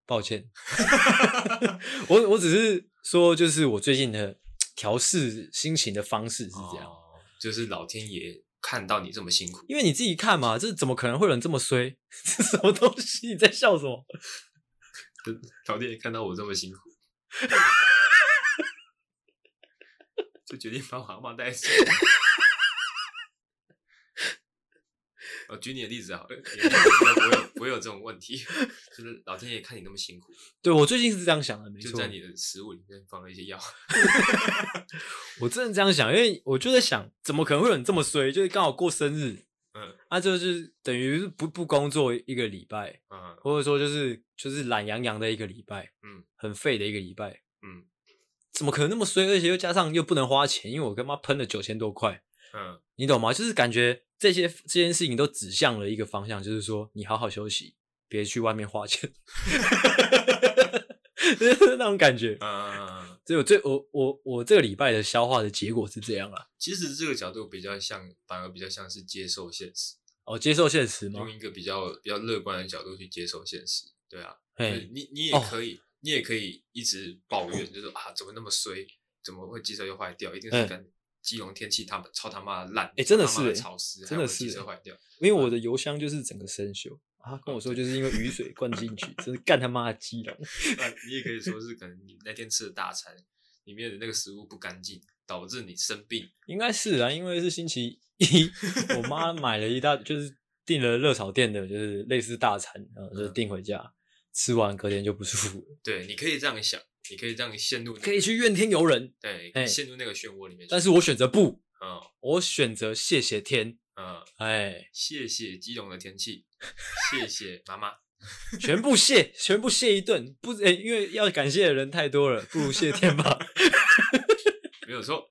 抱 [LAUGHS] 歉，我我只是说，就是我最近的调试心情的方式是这样，
哦，就是老天爷看到你这么辛苦，
因为你自己看嘛，这怎么可能会有人这么衰？ [LAUGHS] 这什么东西？你在笑什么？
老天爷看到我这么辛苦， [LAUGHS] 就决定把我阿妈带走。我哦举你的例子好了，也不会不会有不会有这种问题，就是老天爷看你那么辛苦，
对我最近是这样想的，没
就
错
在，你的食物里面放了一些药。
我真的这样想，因为我就在想，怎么可能会有人这么衰？就是刚好过生日，
嗯
啊，就是等于是不不工作一个礼拜，
嗯
或者说就是就是懒洋洋的一个礼拜，
嗯，
很废的一个礼拜，
嗯
怎么可能那么衰？而且又加上又不能花钱，因为我跟妈喷了九千多块，
嗯
你懂吗？就是感觉这些这件事情都指向了一个方向，就是说你好好休息，别去外面花钱， [LAUGHS] 就是那种感觉。
嗯，
所以我最我我我这个礼拜的消化的结果是这样啊。
其实这个角度比较像，反而比较像是接受现实，
哦，接受现实吗
用？一个比较比较乐观的角度去接受现实。对啊，对
哎，
你你也
哦
可以，你也可以一直抱怨，就是啊，怎么那么衰，怎么会机车又坏掉？一定
嗯哎
是跟基隆天气他们超他妈的烂，
诶真的
超他妈
是诶
潮湿，
真的是哎
还有机
诶
车坏掉。
因为我的邮箱就是整个生锈，他跟我说就是因为雨水灌进去，真是干他妈的鸡了。
那你也可以说是可能你那天吃的大餐里面的那个食物不干净，导致你生病。
应该是啊，因为是星期一，我 [LAUGHS] 妈买了一大，就是订了热炒店的，就是类似大餐，呃，就是订回家。吃完隔天就不舒服了，
对，你可以这样想，你可以这样陷入，
可以，去怨天尤人。哎
对，陷入那个漩涡里面去。
但是我选择不，
嗯
我选择谢谢天。
嗯，
哎，
谢谢基隆的天气，谢谢妈妈。
全部谢，全部谢一顿，不，哎，因为要感谢的人太多了，不如谢天吧。
没有错，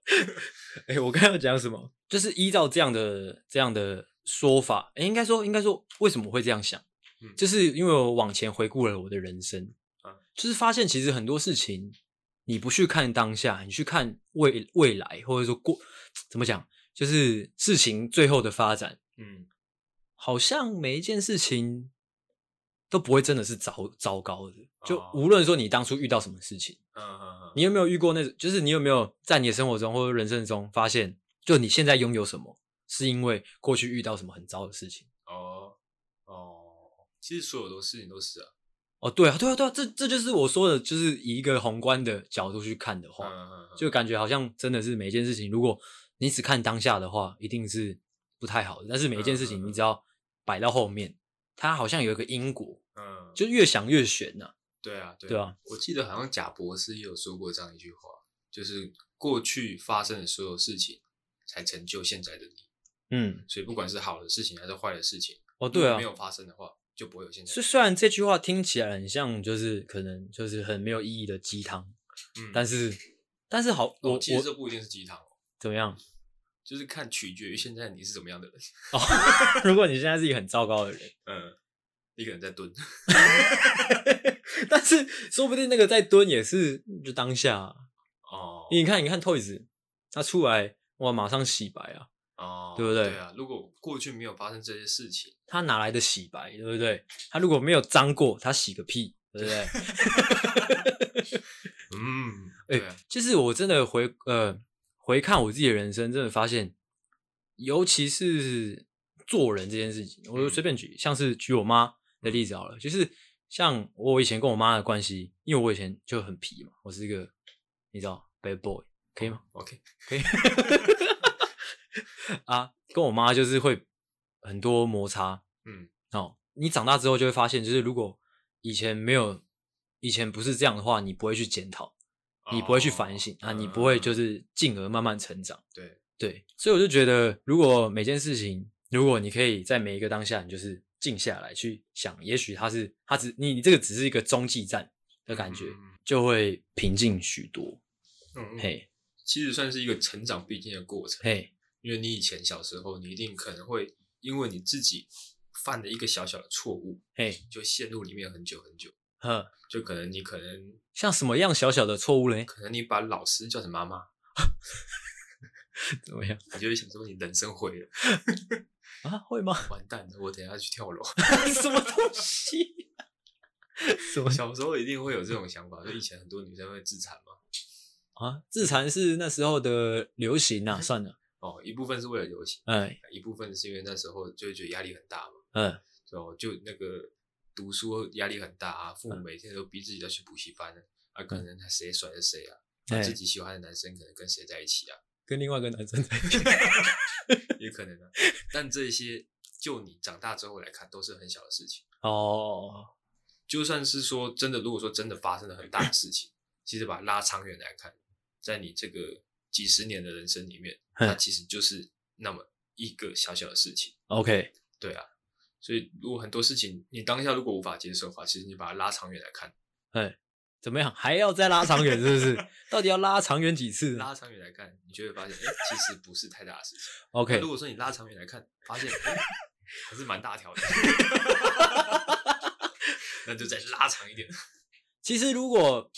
哎、我刚刚要讲什么？就是依照这样的这样的说法，哎、应该说应该说，为什么会这样想？
嗯
就是因为我往前回顾了我的人生，
啊
就是发现其实很多事情，你不去看当下，你去看未未来，或者说过怎么讲，就是事情最后的发展，
嗯，
好像每一件事情都不会真的是糟糟糕的。就
哦
无论说你当初遇到什么事情。
嗯嗯
你有没有遇过那种？就是你有没有在你的生活中或者人生中发现，就你现在拥有什么，是因为过去遇到什么很糟的事情？
哦哦，其实所有的事情都是啊，
哦，对啊，对啊，对啊，这这就是我说的，就是以一个宏观的角度去看的
嗯
话，
嗯嗯，
就感觉好像真的是每一件事情，如果你只看当下的话，一定是不太好的。但是每一件事
嗯嗯
情，
嗯
你只要摆到后面，它好像有一个因果，
嗯，
就越想越悬呐、
对啊，对
对啊，
我记得好像贾博士也有说过这样一句话，就是过去发生的所有事情，才成就现在的你。
嗯，
所以不管是好的事情还是坏的事情，
哦，
如
对
果
啊
没，有发生的话，就不会有现在
虽。虽然这句话听起来很像，就是可能就是很没有意义的鸡汤，
嗯，
但
是
是但是好，我、
我其实
我
这不一定是鸡汤哦，
怎么样？ [LAUGHS]
就是看取决于现在你是怎么样的人。
如果你现在是一个很糟糕的人，
嗯，你可能在蹲。
但是说不定那个在蹲也是就当下啊、
哦
你看，你看 Toys，他出来哇，马上洗白啊，
哦，
对不对
对啊，如果过去没有发生这些事情，
他哪来的洗白，对不对？他如果没有脏过，他洗个屁，对不对？
嗯，
哎
对啊，
就是我真的回呃回看我自己的人生，真的发现，尤其是做人这件事情，我就
嗯
随便举，像是举我妈的例子好了，就是像我以前跟我妈的关系，因为我以前就很皮嘛，我是一个你知道 bad boy，可以吗？
，OK，
啊，跟我妈就是会很多摩擦
嗯
哦。你长大之后就会发现，就是如果以前没有，以前不是这样的话，你不会去检讨，你不会去反省、
哦
啊，你不会就
嗯
是进而慢慢成长。
对
对，所以我就觉得，如果每件事情，如果你可以在每一个当下，你就是静下来去想，也许它是它只你你这个只是一个中继站的感觉，
嗯
就会平静许多。
嗯，嗯
嘿，
其实算是一个成长必经的过程。
嘿，
因为你以前小时候，你一定可能会因为你自己犯了一个小小的错误，
嘿，
就陷入里面很久很久。
呵，
就可能你可能
像什么样小小的错误嘞？ [LAUGHS]
可能你把老师叫成妈妈，
怎么样
你就会想说你人生毁了，
啊？会吗？ [LAUGHS]
完蛋了，我等一下去跳楼。
什么东西？ [LAUGHS] 什么
小时候一定会有这种想法，就以前很多女生会自残嘛。
啊？自残是那时候的流行
[LAUGHS]
啊，算了，
哦，一部分是为了流行，
哎
一部分是因为那时候就会觉得压力很大嘛，
嗯，
就就那个读书压力很大啊，父母每天都逼自己要去补习班啊，可能谁甩了谁啊，啊
哎
自己喜欢的男生可能跟谁在一起啊，
跟另外一个男生在一起，
也可能啊。但这些就你长大之后来看，都是很小的事情。
哦，
就算是说真的，如果说真的发生了很大的事情，其实把它拉长远来看，在你这个几十年的人生里面，
嗯
它其实就是那么一个小小的事情。
OK，
对啊，所以如果很多事情你当下如果无法接受的话，其实你把它拉长远来看，
怎么样？还要再拉长远是不是？ [LAUGHS] 到底要拉长远几次
拉长远来看，你就会发现，哎、其实不是太大的事情。那
？OK，
如果说你拉长远来看，发现、哎还是蛮大条的， [LAUGHS] 那就再拉长一点。
其实如果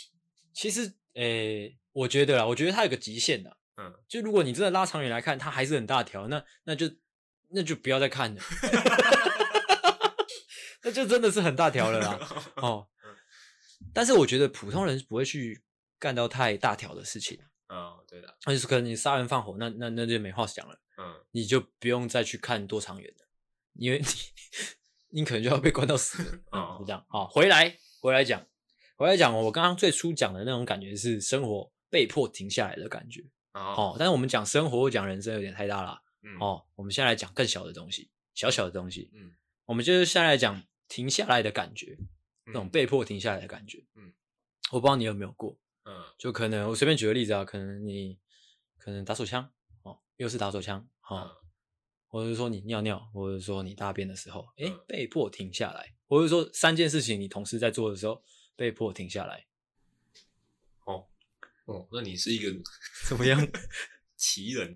其实诶、我觉得啦，我觉得它有个极限的，
嗯，
就如果你真的拉长远来看，它还是很大条，那那就那就不要再看了， [LAUGHS] 那就真的是很大条了啦。哦，但是我觉得普通人不会去干到太大条的事情，啊
嗯，对的，
那就是可能你杀人放火，那那那就没话讲了，
嗯，
你就不用再去看多长远了，因为你你可能就要被关到死了，
哦
嗯，就这样。好，回来回来讲，回来讲，我刚刚最初讲的那种感觉是生活被迫停下来的感觉，
然后，
哦，但是我们讲生活讲人生有点太大了，
嗯，
哦，我们现在来讲更小的东西，小小的东西，
嗯，
我们就是现在来讲停下来的感觉，那种被迫停下来的感觉。
嗯，
我不知道你有没有过，
嗯
就可能我随便举个例子啊，可能你可能打手枪哦，又是打手枪哦，
嗯
或者是说你尿尿，或者是说你大便的时候，诶、
嗯
被迫停下来，或者说三件事情你同时在做的时候被迫停下来，
哦，那你是一个
怎么样？ [LAUGHS]
奇人。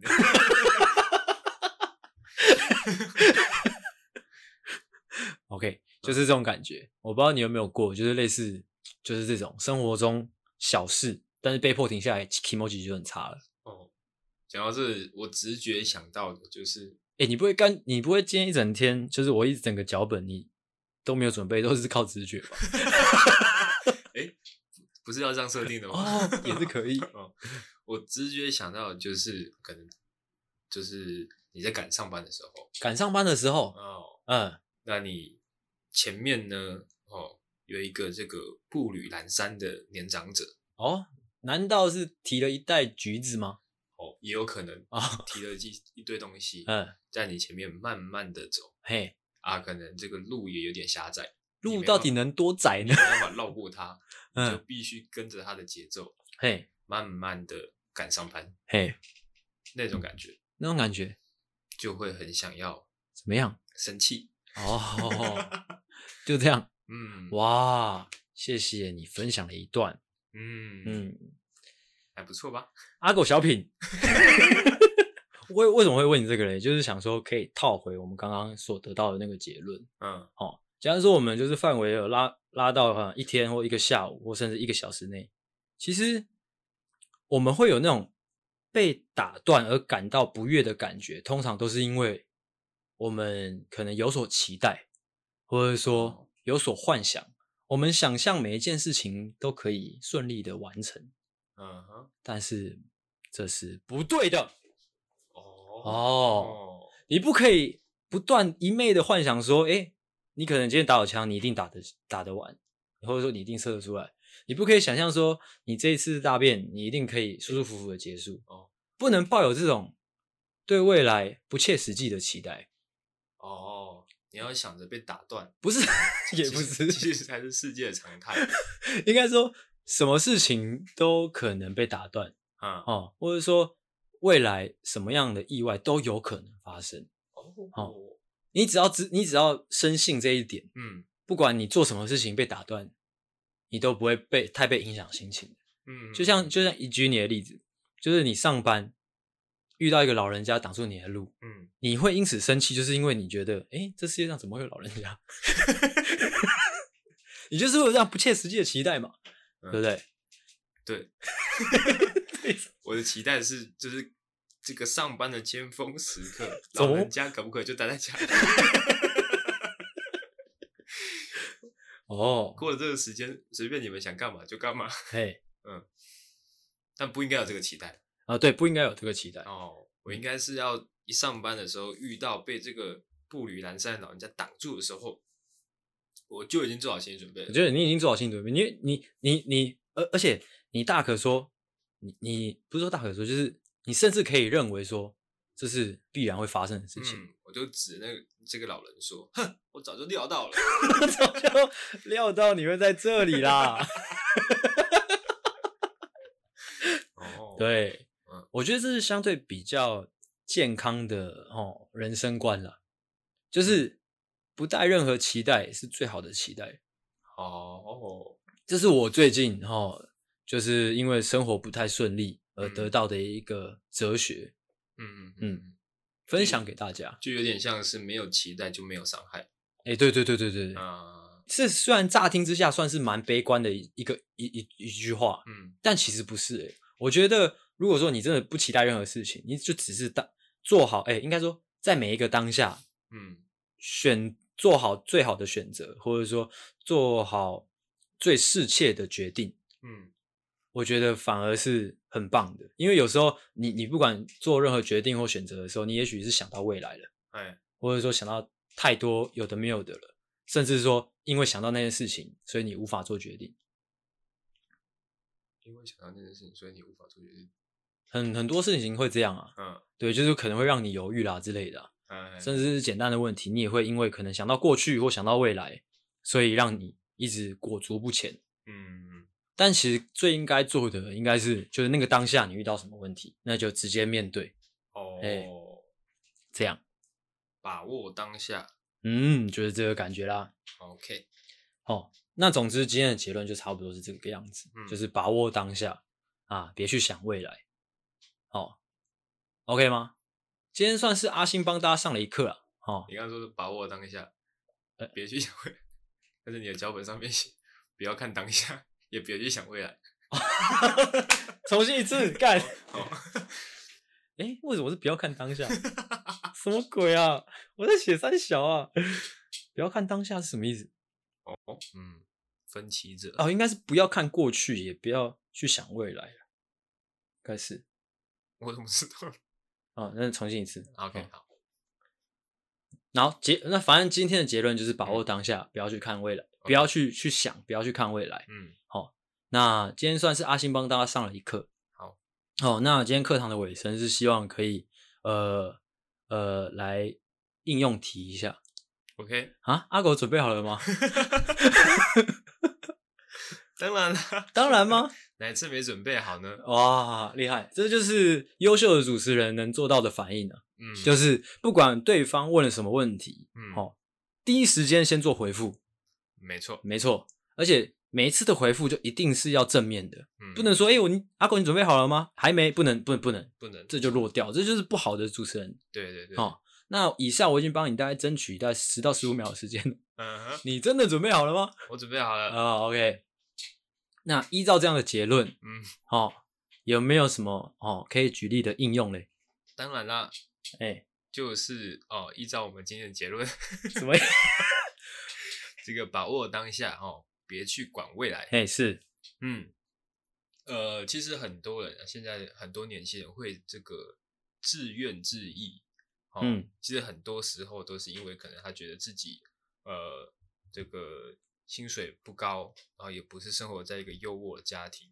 [LAUGHS] OK，就是这种感觉。我不知道你有没有过，就是类似就是这种生活中小事，但是被迫停下来，emoji 就很差了。
哦，讲到这，我直觉想到的就是，
哎、你不会干，你不会今天一整天，就是我一整个脚本你都没有准备，都是靠直觉吧？
不是要这样设定的吗？
哦，也是可以。
[LAUGHS] 哦，我直觉想到的就是可能就是你在赶上班的时候，
赶上班的时候，
哦，
嗯，
那你前面呢，哦，有一个这个步履蹒跚的年长者，
哦，难道是提了一袋橘子吗？
哦，也有可能
哦，
提了一 [LAUGHS] 一堆东西，
嗯，
在你前面慢慢的走
嘿，
啊，可能这个路也有点狭窄，
路到底能多窄
你
呢
没？办法绕过它，你就
[LAUGHS] 嗯，
必须跟着它的节奏，
嘿，
慢慢的赶上班，
嘿，
那种感觉
那种感觉
就会很想要
怎么样？
生气。
哦， [LAUGHS] 就这样。
嗯，
哇，谢谢你分享了一段。
嗯嗯，
嗯，
还不错吧？
阿狗小品， [LAUGHS] 为为什么会问你这个嘞？就是想说可以套回我们刚刚所得到的那个结论。
嗯
哦，假如说我们就是范围有拉拉到哈一天或一个下午或甚至一个小时内，其实我们会有那种被打断而感到不悦的感觉，通常都是因为我们可能有所期待，或者说有所幻想，我们想象每一件事情都可以顺利的完成，
嗯哼，
但是这是不对的
哦
哦。
哦，
你不可以不断一昧的幻想说，哎、你可能今天打手枪，你一定打得打得完，或者说你一定射得出来。你不可以想象说，你这一次大便，你一定可以舒舒服服的结束。
哦
不能抱有这种对未来不切实际的期待，
哦，你要想着被打断，
不是， [LAUGHS] 也不
其实
是，
其实才是世界的常
[LAUGHS]
态。嗯
应该说什么事情都可能被打断
嗯
哦，或者说未来什么样的意外都有可能发生。
哦，
你只要知，你只要深信这一点。
嗯
不管你做什么事情被打断，你都不会被太被影响心情。
嗯，
就像就像以举你的例子，就是你上班遇到一个老人家挡住你的路，
嗯，
你会因此生气，就是因为你觉得，哎、这世界上怎么会有老人家？ [LAUGHS] 你就是会有这样不切实际的期待嘛，
嗯
对不对？ [LAUGHS]
对，我的期待是就是。这个上班的尖峰时刻，
怎么
老人家可不可以就待在家里？
哦，
过了这个时间，随便你们想干嘛就干嘛，
嘿，
但不应该有这个期待。
啊，对，不应该有这个期待。
哦，我应该是要一上班的时候遇到被这个步履蹒跚的老人家挡住的时候，我就已经做好心理准备
我
了。
觉得你已经做好心理准备，你你你你，而而且你大可说，你你不是说大可说，就是你甚至可以认为说这是必然会发生的事情， [LAUGHS]
嗯，我就指那个这个老人说：“哼，我早就料到了。
早就料到你会在这里
[LAUGHS]
啦。”
哦，
对
嗯，
我觉得这是相对比较健康的哦人生观啦，就是不带任何期待是最好的期待。
哦，
这是我最近哈、哦，就是因为生活不太顺利而得
嗯
到的一个哲学，
嗯嗯
嗯，分享给大家。
就有点像是没有期待就没有伤害
哎、对对对对对对，
啊。
这虽然乍听之下算是蛮悲观的一一个一一一句话，
嗯
但其实不是、欸。我觉得，如果说你真的不期待任何事情，你就只是当做好，哎、应该说在每一个当下
嗯
选做好最好的选择，或者说做好最适切的决定，
嗯
我觉得反而是很棒的。因为有时候你你不管做任何决定或选择的时候，你也许是想到未来了。
哎
或者说想到太多有的没有的了，甚至说因为想到那件事情，所以你无法做决定。
因为想到那件事情，所以你无法做决定。
很很多事情会这样啊，
嗯
对，就是可能会让你犹豫啦之类的啊、
哎，
甚至是简单的问题，你也会因为可能想到过去或想到未来，所以让你一直裹足不前。
嗯，
但其实最应该做的，应该是就是那个当下你遇到什么问题，那就直接面对，
哦，
哎这样，
把握当下
嗯，就是这个感觉啦。
，OK，
哦，那总之今天的结论就差不多是这个样子，
嗯
就是把握当下啊，别去想未来。哦，OK 吗？今天算是阿星帮大家上了一课了。哦，
你刚刚说的把握当下
呃，
别去想未来，但是你的脚本上面写不要看当下，也别去想未来，
[LAUGHS] 重新一次 [LAUGHS] 干。
哦，
哎、为什么是不要看当下？ [LAUGHS] 什么鬼啊！我在写三小啊， [LAUGHS] 不要看当下是什么意思？
哦嗯，分歧者，
哦，应该是不要看过去，也不要去想未来了，应该是。
我怎么知道
哦，那重新一次。
？OK，
哦
好，
然后结那反正今天的结论就是
嗯
把握当下，不要去看未来，不要去去想，不要去看未来。
嗯，
那今天算是阿星帮大家上了一课。
好，
哦，那今天课堂的尾声是希望可以呃呃来应用题一下
OK，
啊。阿狗准备好了吗？
当然啦， [LAUGHS]
当然吗？
哪次没准备好呢？
哇，厉害！这就是优秀的主持人能做到的反应啊，
嗯，
就是不管对方问了什么问题，
嗯，
哦，第一时间先做回复，
没错，
没错，而且每一次的回复就一定是要正面的，
嗯，
不能说哎、诶我你阿狗你准备好了吗？还没，不能，不能，不能，
不能，
这就落掉，这就是不好的主持人。
对对对，
哦那以下我已经帮你大概争取大概十到十五秒的时间了，
嗯哼，
你真的准备好了吗？
我准备好了，
啊、o k 那依照这样的结论，
嗯，
哦，有没有什么哦可以举例的应用嘞？
当然啦，
哎，
就是哦，依照我们今天的结论，
什么意思？
[LAUGHS] 这个把握当下哦，别去管未来。
哎，是，
嗯，呃，其实很多人啊现在很多年轻人会这个自怨自艾，哦，
嗯
其实很多时候都是因为可能他觉得自己呃这个薪水不高，然后也不是生活在一个优渥的家庭，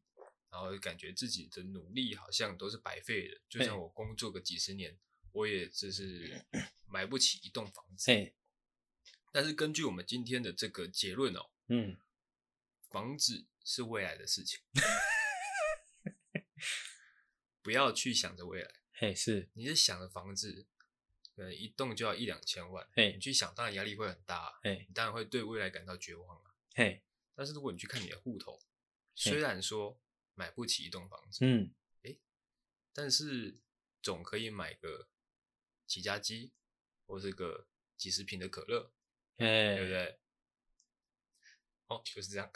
然后感觉自己的努力好像都是白费的，就
嘿
像我工作个几十年，我也只是买不起一栋房子。
哎，
但是根据我们今天的这个结论哦，
嗯，
房子是未来的事情，不要去想着未来。
哎，是，
你是想着房子，可能一栋就要一两千万，
哎
你，去想，当然压力会很大啊、
哎，
你当然会对未来感到绝望啊。
嘿，
但是如果你去看你的户头，虽然说买不起一栋房子，
嗯，
但是总可以买个起家鸡，或是个几十瓶的可乐，
哎，
对不对？哦，就是这样。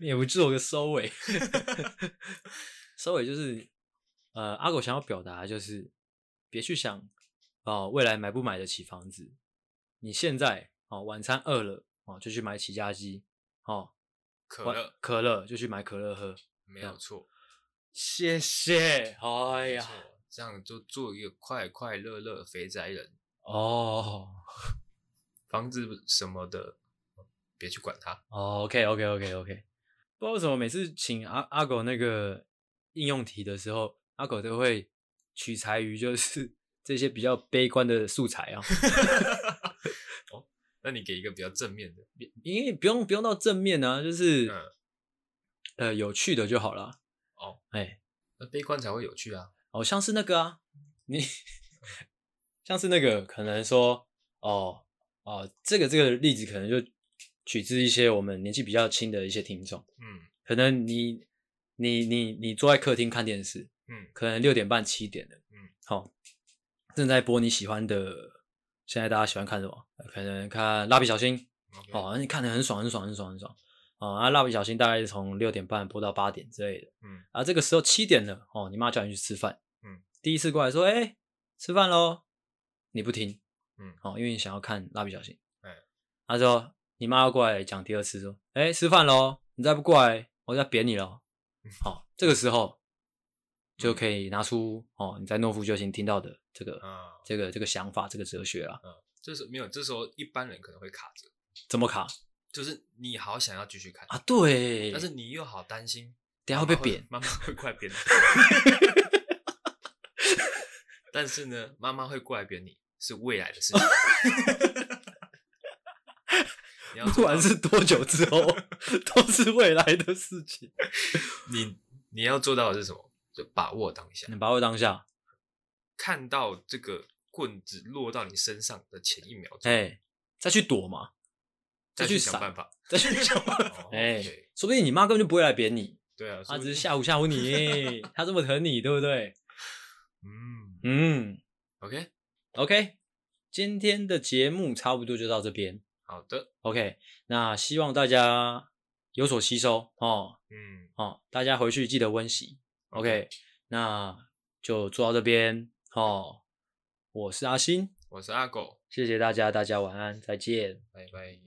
你也不做个收尾， [LAUGHS] 收尾就是，呃，阿狗想要表达的就是，别去想哦、未来买不买得起房子，你现在哦、晚餐饿了哦、就去买起家鸡哦，
可
晚
乐
可乐就去买可乐喝，
没有错，
谢谢，哎
没
呀，
错，这样就做一个快快乐乐肥宅人，
哦
房子什么的，别去管它。
哦，OK OK OK OK，不知道为什么每次请阿阿狗那个应用题的时候，阿狗都会取材于就是 [LAUGHS] 这些比较悲观的素材啊，
那你给一个比较正面的，
因为不用不用到正面啊，就是、
嗯
呃有趣的就好了。
哦，
哎、
那悲观才会有趣啊。
哦，像是那个啊，
嗯
你 [LAUGHS] 像是那个可能说哦哦，这个这个例子可能就取自一些我们年纪比较轻的一些听众。
嗯
可能你你你你坐在客厅看电视，
嗯
可能六点半七点了，
嗯，
好、正在播你喜欢的，现在大家喜欢看什么？可能看蜡笔小新，
，OK，
哦，你看得很爽，很爽，很爽，很爽。哦，啊，蜡笔小新大概是从六点半播到八点之类的。
嗯
啊，这个时候七点了，哦，你妈叫你去吃饭，
嗯，
第一次过来说，哎、吃饭喽，你不听，
嗯
哦，因为你想要看蜡笔小新，
哎
啊，之后你妈要过来讲第二次说，哎、吃饭喽，你再不过来，我就要扁你喽
嗯。
好、这个时候就可以拿出哦你在诺夫救星听到的这个、
啊，
这个这个想法，这个哲学啊，
嗯这时候没有，这时候一般人可能会卡着，
怎么卡
就是你好想要继续看
啊？，对，
但是你又好担心，
等一下会被扁，
妈妈会，妈妈会过来扁你。 [LAUGHS] 但是呢，
[LAUGHS]
妈妈会过来扁你是未来的事情。
不管是多久之后， [LAUGHS] 都是未来的事情。
你你要做到的是什么？就把握当下
你，把握当下，
看到这个棍子落到你身上的前一秒钟，
哎、再去躲嘛，
再
再去
想
闪 [LAUGHS]
办法。
再去想办法。
哦
哎、
OK，
说不定你妈根本就不会来扁你，
对啊，
她
说不
只是
定
吓唬吓唬你，她这么疼你，对不对？ [LAUGHS]
嗯
嗯
，OK，
，OK，今天的节目差不多就到这边。
好的，
OK，那希望大家有所吸收哦
嗯
哦，大家回去记得温习。OK，那就做到这边哦。我是阿星，
我是阿狗，
谢谢大家，大家晚安，再见。
拜拜。